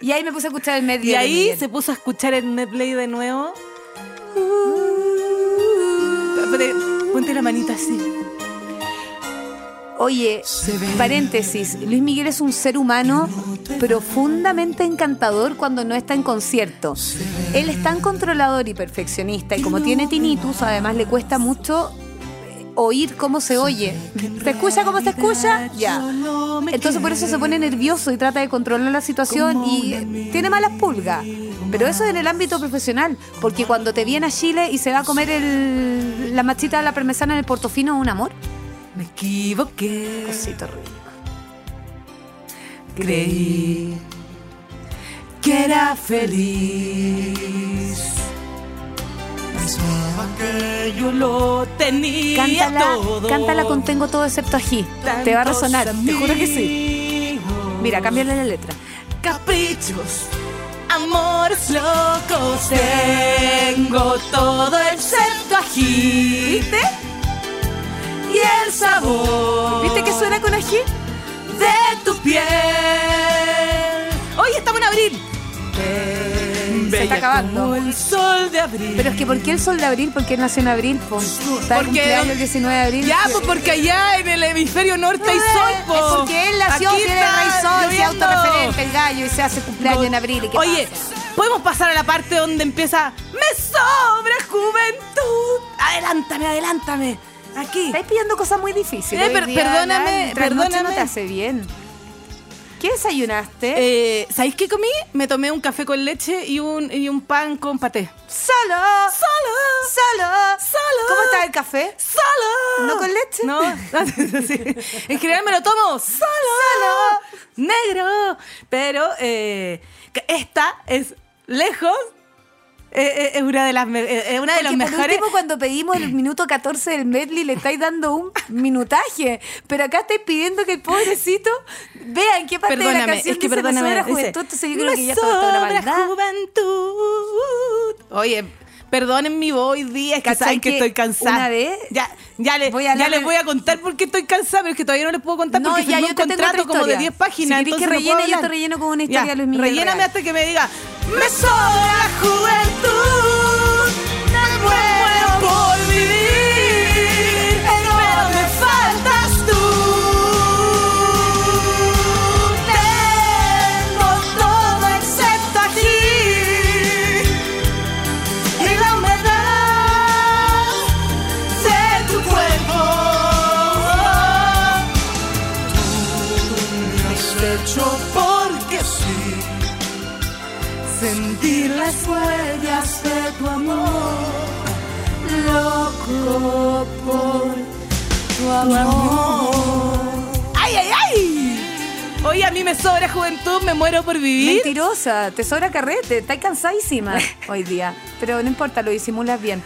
[SPEAKER 2] Y ahí me puse a escuchar el medio.
[SPEAKER 1] Y ahí se puso a escuchar el Netplay de nuevo. Espérate, Ponte la manita así.
[SPEAKER 2] Oye, paréntesis, Luis Miguel es un ser humano profundamente encantador cuando no está en concierto. Él es tan controlador y perfeccionista y como tiene tinnitus, además le cuesta mucho eh, oír cómo se oye. ¿Se escucha cómo se escucha? Ya. Entonces por eso se pone nervioso y trata de controlar la situación y eh, tiene malas pulgas. Pero eso es en el ámbito profesional, porque cuando te viene a Chile y se va a comer el- la machita de la parmesana en el portofino es un amor.
[SPEAKER 1] Me equivoqué.
[SPEAKER 2] Cosito rico.
[SPEAKER 1] Creí que era feliz. Pensaba que yo lo tenía
[SPEAKER 2] Cántala,
[SPEAKER 1] todo.
[SPEAKER 2] cántala con Tengo todo excepto ají. Te va a
[SPEAKER 1] Tantos
[SPEAKER 2] resonar, te juro que sí.
[SPEAKER 1] amigos,
[SPEAKER 2] Mira, cámbiale la letra.
[SPEAKER 1] Caprichos, amores locos. Tengo todo excepto ají. ¿Viste? Y el sabor.
[SPEAKER 2] ¿Viste que suena con ají?
[SPEAKER 1] de tu piel. Hoy estamos en abril.
[SPEAKER 5] está
[SPEAKER 1] bella
[SPEAKER 5] acabando.
[SPEAKER 1] como el sol de abril.
[SPEAKER 5] Pero es que ¿por qué el sol de abril? ¿Por qué él nació en abril? po? Está
[SPEAKER 1] Porque-
[SPEAKER 5] de cumpleaños el 19 de abril. Ah,
[SPEAKER 1] Ya, pues porque allá en el hemisferio norte hay sol,
[SPEAKER 5] Es
[SPEAKER 1] pues.
[SPEAKER 5] porque él nació,
[SPEAKER 1] Aquí
[SPEAKER 5] tiene
[SPEAKER 1] está
[SPEAKER 5] rey sol, se
[SPEAKER 1] lloviendo.
[SPEAKER 5] autorreferente el gallo y se hace cumpleaños en abril. ¿y qué
[SPEAKER 1] Oye,
[SPEAKER 5] pasa?
[SPEAKER 1] podemos pasar a la parte donde empieza Me sobra juventud. Adelántame, adelántame. Aquí.
[SPEAKER 5] Estáis pidiendo cosas muy difíciles.
[SPEAKER 1] Eh,
[SPEAKER 5] hoy
[SPEAKER 1] per-
[SPEAKER 5] día,
[SPEAKER 1] perdóname,
[SPEAKER 5] Alan. Trasnoche
[SPEAKER 1] perdóname.
[SPEAKER 5] no te hace bien. ¿Qué desayunaste?
[SPEAKER 1] Eh, ¿Sabéis qué comí? Me tomé un café con leche y un, y un pan con paté.
[SPEAKER 5] Solo.
[SPEAKER 1] Solo,
[SPEAKER 5] Ah. Solo.
[SPEAKER 1] Solo.
[SPEAKER 5] ¿Cómo está el café?
[SPEAKER 1] solo.
[SPEAKER 5] ¿No con leche?
[SPEAKER 1] No, sí. en general me lo tomo solo, negro. Pero eh, que esta es lejos. eh, eh, es una de las me- eh, eh, una de
[SPEAKER 5] Porque
[SPEAKER 1] los
[SPEAKER 5] por
[SPEAKER 1] mejores.
[SPEAKER 5] último, cuando pedimos el minuto 14 del medley, le estáis dando un minutaje. Pero acá estáis pidiendo que el pobrecito vea en qué parte de la
[SPEAKER 1] Perdóname,
[SPEAKER 5] canción
[SPEAKER 1] es que
[SPEAKER 5] dice, "Me
[SPEAKER 1] perdóname.
[SPEAKER 5] sobra
[SPEAKER 1] dice,
[SPEAKER 5] juventud. Entonces yo creo
[SPEAKER 1] "Me
[SPEAKER 5] que ya está toda una
[SPEAKER 1] sobra
[SPEAKER 5] maldad.
[SPEAKER 1] juventud. Oye, perdonen mi voz hoy día, es que
[SPEAKER 5] ¿Cachai
[SPEAKER 1] saben que,
[SPEAKER 5] que
[SPEAKER 1] estoy cansada.
[SPEAKER 5] una vez
[SPEAKER 1] ya, ya, le-
[SPEAKER 5] voy a
[SPEAKER 1] ya
[SPEAKER 5] hablar-
[SPEAKER 1] les voy a contar por qué estoy cansada, pero es que todavía no les puedo contar
[SPEAKER 5] No,
[SPEAKER 1] porque
[SPEAKER 5] ya,
[SPEAKER 1] firmé
[SPEAKER 5] yo
[SPEAKER 1] un
[SPEAKER 5] te tengo
[SPEAKER 1] contrato
[SPEAKER 5] otra
[SPEAKER 1] como de
[SPEAKER 5] historia.
[SPEAKER 1] 10 páginas.
[SPEAKER 5] Si querés que
[SPEAKER 1] entonces no puedo
[SPEAKER 5] rellene, yo
[SPEAKER 1] hablar.
[SPEAKER 5] te relleno con una historia, Luis Miguel
[SPEAKER 1] Relléname
[SPEAKER 5] Real.
[SPEAKER 1] hasta que me diga, me sobra juventud, me muero por vivir, pero me faltas tú.
[SPEAKER 3] Tengo todo excepto aquí y la humedad de tu cuerpo. Tú me has hecho porque sí sentir las huellas de tu amor, loco por tu amor.
[SPEAKER 1] ¡Ay, ay, ay! Oye, a mí me sobra juventud, me muero por vivir.
[SPEAKER 5] Mentirosa, te sobra carrete, estás cansadísima hoy día. Pero no importa, lo disimulas bien.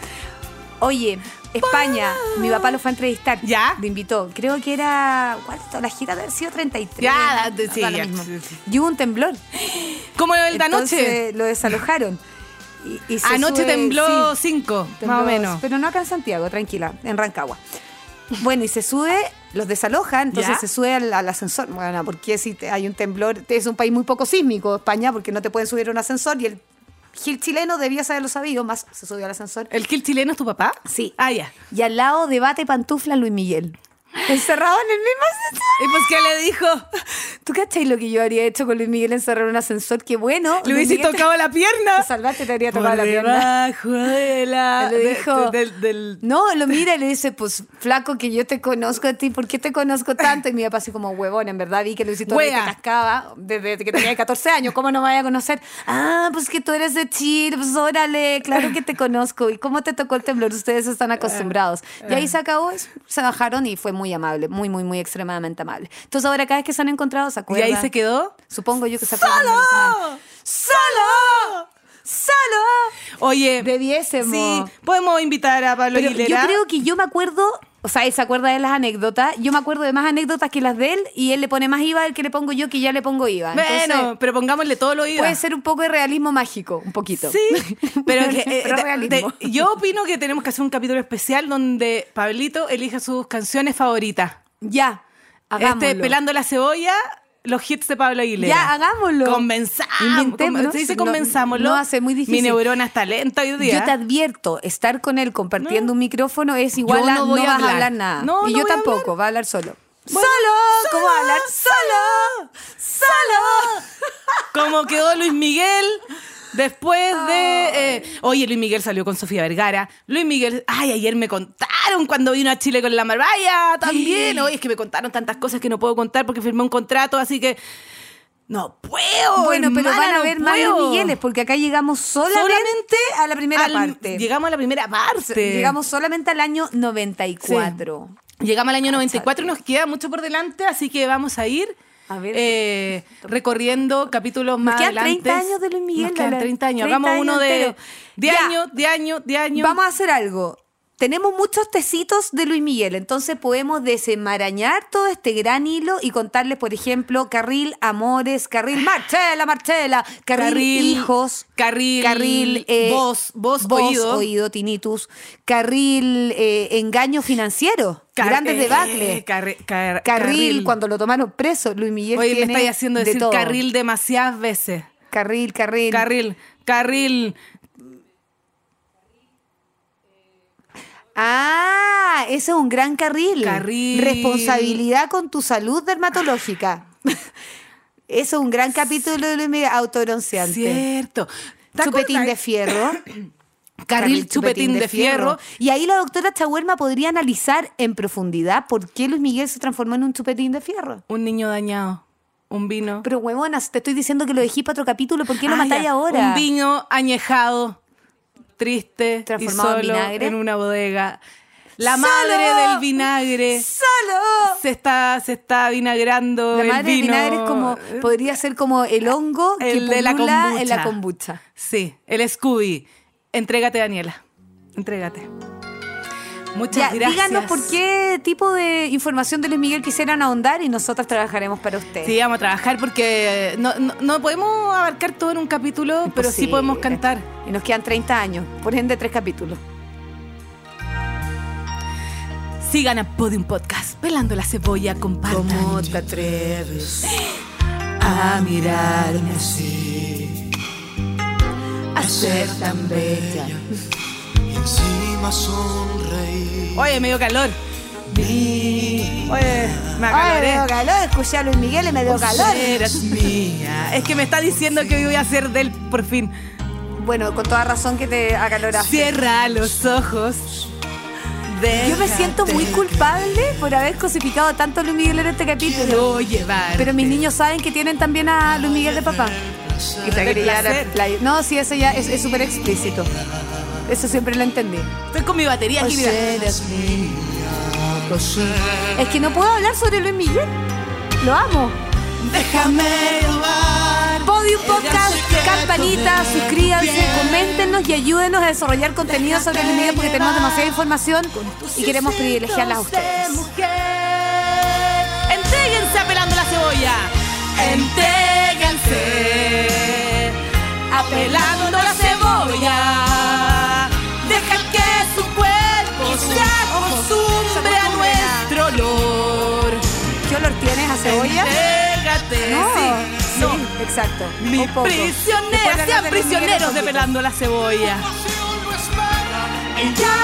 [SPEAKER 5] Oye, España, mi papá lo fue a entrevistar.
[SPEAKER 1] ¿Ya?
[SPEAKER 5] Me invitó. Creo que era. ¿Cuánto? La gira de haber sido 33.
[SPEAKER 1] Ya,
[SPEAKER 5] no,
[SPEAKER 1] sí,
[SPEAKER 5] Ah, da lo
[SPEAKER 1] ya,
[SPEAKER 5] mismo.
[SPEAKER 1] sí, sí.
[SPEAKER 5] Y hubo un temblor.
[SPEAKER 1] Como el de anoche.
[SPEAKER 5] Entonces, Lo desalojaron. Y- y se
[SPEAKER 1] Anoche
[SPEAKER 5] sube-
[SPEAKER 1] tembló
[SPEAKER 5] sí,
[SPEAKER 1] 5,
[SPEAKER 5] tembló,
[SPEAKER 1] más o menos.
[SPEAKER 5] Pero no acá en Santiago, tranquila, en Rancagua. Bueno, y se sube, los desaloja, entonces
[SPEAKER 1] ¿Ya?
[SPEAKER 5] se sube al, al ascensor. Bueno, porque si te- hay un temblor, es un país muy poco sísmico, España, porque no te pueden subir a un ascensor y el Gil chileno debía saberlo sabido, más se subió al ascensor.
[SPEAKER 1] ¿El kill chileno es tu papá?
[SPEAKER 5] Sí.
[SPEAKER 1] Ah, ya.
[SPEAKER 5] Y al lado debate pantufla Luis Miguel. Encerrado en el mismo ascensor.
[SPEAKER 1] ¿Y pues qué le dijo?
[SPEAKER 5] ¿Tú cachai lo que yo habría hecho con Luis Miguel encerrado en un ascensor? Qué bueno.
[SPEAKER 1] Le
[SPEAKER 5] Luis
[SPEAKER 1] hubiese
[SPEAKER 5] Miguel te-
[SPEAKER 1] tocado la
[SPEAKER 5] Te
[SPEAKER 1] pierna.
[SPEAKER 5] salvaste, te habría
[SPEAKER 1] Por
[SPEAKER 5] tocado la pierna.
[SPEAKER 1] debajo de la...
[SPEAKER 5] Le
[SPEAKER 1] de-
[SPEAKER 5] Ah, dijo-
[SPEAKER 1] de- del- del-
[SPEAKER 5] No, lo mira y le dice, pues flaco que yo te conozco a ti, ¿por qué te conozco tanto? Y mi papá así como huevón, en verdad vi que Luisito Rey te
[SPEAKER 1] Wea.
[SPEAKER 5] cascaba desde que tenía 14 años, ¿cómo no me vaya a conocer? Ah, pues que tú eres de Chile, pues órale, claro que te conozco. ¿Y cómo te tocó el temblor? Ustedes
[SPEAKER 1] Eh,
[SPEAKER 5] están acostumbrados. Y ahí se acabó, eso, se bajaron y fue muy amable, muy, muy, muy extremadamente amable. Entonces ahora cada vez que se han encontrado se
[SPEAKER 1] Y
[SPEAKER 5] acuerdan.
[SPEAKER 1] ahí se quedó.
[SPEAKER 5] Supongo yo que se acuerdan. de lo que se han-
[SPEAKER 1] ¡Solo! ¡Solo!
[SPEAKER 5] ¡Solo!
[SPEAKER 1] Oye, sí,
[SPEAKER 5] Debiésemos.
[SPEAKER 1] podemos invitar a Pablo
[SPEAKER 5] Pero
[SPEAKER 1] Aguilera.
[SPEAKER 5] yo creo que yo me acuerdo, o sea, él se acuerda de las anécdotas, yo me acuerdo de más anécdotas que las de él y él le pone más IVA del que le pongo yo que ya le pongo IVA. Entonces,
[SPEAKER 1] Bueno, pero pongámosle todo lo iba.
[SPEAKER 5] puede ser un poco de realismo mágico, un poquito.
[SPEAKER 1] Sí, pero, que, eh, de-
[SPEAKER 5] realismo.
[SPEAKER 1] de- yo opino que tenemos que hacer un capítulo especial donde Pablito elija sus canciones favoritas.
[SPEAKER 5] ya, hagámoslo.
[SPEAKER 1] Este, pelando la cebolla, los hits de Pablo Aguilera.
[SPEAKER 5] Ya, hagámoslo.
[SPEAKER 1] Convenzamos.
[SPEAKER 5] Inventemos,
[SPEAKER 1] Se dice
[SPEAKER 5] no,
[SPEAKER 1] convenzámoslo.
[SPEAKER 5] no hace muy
[SPEAKER 1] Mi
[SPEAKER 5] difícil.
[SPEAKER 1] neurona está lenta hoy día.
[SPEAKER 5] Yo te advierto, estar con él compartiendo un micrófono es igual
[SPEAKER 1] Yo
[SPEAKER 5] a
[SPEAKER 1] no
[SPEAKER 5] no,
[SPEAKER 1] voy a
[SPEAKER 5] vas
[SPEAKER 1] hablar.
[SPEAKER 5] a hablar nada.
[SPEAKER 1] No,
[SPEAKER 5] y
[SPEAKER 1] no
[SPEAKER 5] yo
[SPEAKER 1] voy a
[SPEAKER 5] tampoco, va a hablar solo.
[SPEAKER 1] Bueno,
[SPEAKER 5] solo, ¿cómo va a hablar?
[SPEAKER 1] Solo, solo. Como quedó Luis Miguel después de. eh, oye, Luis Miguel salió con Sofía Vergara. Luis Miguel. Ay, ayer me contaron cuando vino a Chile con la Marbella también. Oye, es que me contaron tantas cosas que no puedo contar porque firmé un contrato, así que. No puedo.
[SPEAKER 5] Bueno, pero
[SPEAKER 1] hermana,
[SPEAKER 5] van a
[SPEAKER 1] no
[SPEAKER 5] ver más Luis
[SPEAKER 1] puedo.
[SPEAKER 5] Migueles, porque acá llegamos solamente,
[SPEAKER 1] Solamente
[SPEAKER 5] a la primera
[SPEAKER 1] Al-
[SPEAKER 5] parte.
[SPEAKER 1] Llegamos a la primera parte.
[SPEAKER 5] Llegamos solamente al año 94.
[SPEAKER 1] Llegamos al año 94 y nos queda mucho por delante, así que vamos a ir
[SPEAKER 5] A ver.
[SPEAKER 1] eh, recorriendo capítulos más
[SPEAKER 5] quedan
[SPEAKER 1] adelante.
[SPEAKER 5] 30 años de Luis Miguel,
[SPEAKER 1] Nos quedan
[SPEAKER 5] Lala.
[SPEAKER 1] 30 años.
[SPEAKER 5] 30
[SPEAKER 1] Hagamos uno
[SPEAKER 5] años
[SPEAKER 1] de
[SPEAKER 5] entero.
[SPEAKER 1] 10
[SPEAKER 5] Ya.
[SPEAKER 1] años, 10 años, 10 años.
[SPEAKER 5] Vamos a hacer algo. Tenemos muchos tecitos de Luis Miguel, entonces podemos desenmarañar todo este gran hilo y contarles, por ejemplo, Carril Amores, Carril Marcela, Marcela, Carril, Hijos,
[SPEAKER 1] Carril,
[SPEAKER 5] Carril eh,
[SPEAKER 1] voz, voz, oído.
[SPEAKER 5] Tinnitus, Carril eh, Engaño Financiero,
[SPEAKER 1] Car-
[SPEAKER 5] Grandes
[SPEAKER 1] eh,
[SPEAKER 5] debacles,
[SPEAKER 1] carri- car-
[SPEAKER 5] carril, cuando lo tomaron preso, Luis Miguel
[SPEAKER 1] Oye, me
[SPEAKER 5] tiene
[SPEAKER 1] estáis haciendo
[SPEAKER 5] de
[SPEAKER 1] decir
[SPEAKER 5] todo.
[SPEAKER 1] carril demasiadas veces.
[SPEAKER 5] Carril, carril.
[SPEAKER 1] Carril, carril.
[SPEAKER 5] ah, ese es un gran carril.
[SPEAKER 1] Carril.
[SPEAKER 5] Responsabilidad con tu salud dermatológica. Eso es un gran capítulo de Luis Miguel, autobronceante.
[SPEAKER 1] Cierto. ¿Te
[SPEAKER 5] Chupetín
[SPEAKER 1] acordás?
[SPEAKER 5] de fierro.
[SPEAKER 1] Carril chupetín de fierro.
[SPEAKER 5] Y ahí la doctora Chahuerma podría analizar en profundidad por qué Luis Miguel se transformó en un chupetín de fierro.
[SPEAKER 1] Un niño dañado. Un vino.
[SPEAKER 5] Pero huevonas, te estoy diciendo que lo dejé para otro capítulo, ¿por qué lo
[SPEAKER 1] Ah,
[SPEAKER 5] matáis
[SPEAKER 1] ya.
[SPEAKER 5] ahora?
[SPEAKER 1] Un vino añejado, triste y
[SPEAKER 5] Transformado en
[SPEAKER 1] solo en,
[SPEAKER 5] vinagre.
[SPEAKER 1] una bodega. La
[SPEAKER 5] ¡Solo!
[SPEAKER 1] madre del vinagre
[SPEAKER 5] ¡Solo!
[SPEAKER 1] se está, se está vinagrando.
[SPEAKER 5] La
[SPEAKER 1] el
[SPEAKER 5] madre de
[SPEAKER 1] vino.
[SPEAKER 5] vinagre es como, podría ser como el hongo que
[SPEAKER 1] El de la
[SPEAKER 5] pulula en la
[SPEAKER 1] kombucha.
[SPEAKER 5] kombucha.
[SPEAKER 1] Sí, el Scooby. Entrégate, Daniela. Entrégate.
[SPEAKER 5] Ya,
[SPEAKER 1] Muchas gracias.
[SPEAKER 5] díganos por qué tipo de información de Luis Miguel quisieran ahondar y nosotras trabajaremos para ustedes.
[SPEAKER 1] Sí, vamos a trabajar porque no, no- no podemos abarcar todo en un capítulo, pero sí
[SPEAKER 5] Imposible.
[SPEAKER 1] podemos cantar.
[SPEAKER 5] Y nos quedan 30 años, por ende tres capítulos.
[SPEAKER 1] Sigan a Podium Podcast, pelando la cebolla, compartan.
[SPEAKER 3] ¿Cómo te atreves a mirarme así? A ser tan bella y encima sonreír.
[SPEAKER 1] Oye, medio calor. Oye, me
[SPEAKER 5] Ay, me dio
[SPEAKER 1] acaloré.
[SPEAKER 5] calor, escuché a Luis Miguel y me dio calor.
[SPEAKER 1] Eres mía. Es que me está diciendo que hoy voy a hacer del por fin.
[SPEAKER 5] Bueno, con toda razón que te acaloraste.
[SPEAKER 1] Cierra los ojos. Déjate.
[SPEAKER 5] Yo me siento muy culpable por haber cosificado tanto a Luis Miguel en este capítulo.
[SPEAKER 1] Quiero llevar.
[SPEAKER 5] Pero mis niños saben que tienen también a Luis Miguel de papá. Y te agregué
[SPEAKER 1] placer.
[SPEAKER 5] la- la- No, sí, eso ya es es súper explícito. Eso siempre lo entendí.
[SPEAKER 1] Estoy con mi batería aquí, mira.
[SPEAKER 5] Es que no puedo hablar sobre Luis Miguel. Lo amo.
[SPEAKER 3] Déjame llevar.
[SPEAKER 5] Podium Podcast, campanita, suscríbanse, coméntenos y ayúdenos a desarrollar contenido sobre Luis Miguel porque tenemos demasiada información y queremos privilegiarlas a ustedes.
[SPEAKER 1] Entréguense a pelando la cebolla. Entréguense a pelando la cebolla. Deja que su cuerpo se acostumbre a nuestro olor.
[SPEAKER 5] ¿Qué olor tienes a cebolla? Ah,
[SPEAKER 1] Entrégate.
[SPEAKER 5] No,
[SPEAKER 1] Sí, no.
[SPEAKER 5] Sí, exacto.
[SPEAKER 1] Mis
[SPEAKER 5] un poco. Después de
[SPEAKER 1] prisioneros,
[SPEAKER 5] hablar
[SPEAKER 1] sean
[SPEAKER 5] de Luis Miguel,
[SPEAKER 1] prisioneros de
[SPEAKER 5] un poquito.
[SPEAKER 1] pelando la cebolla.
[SPEAKER 3] Ya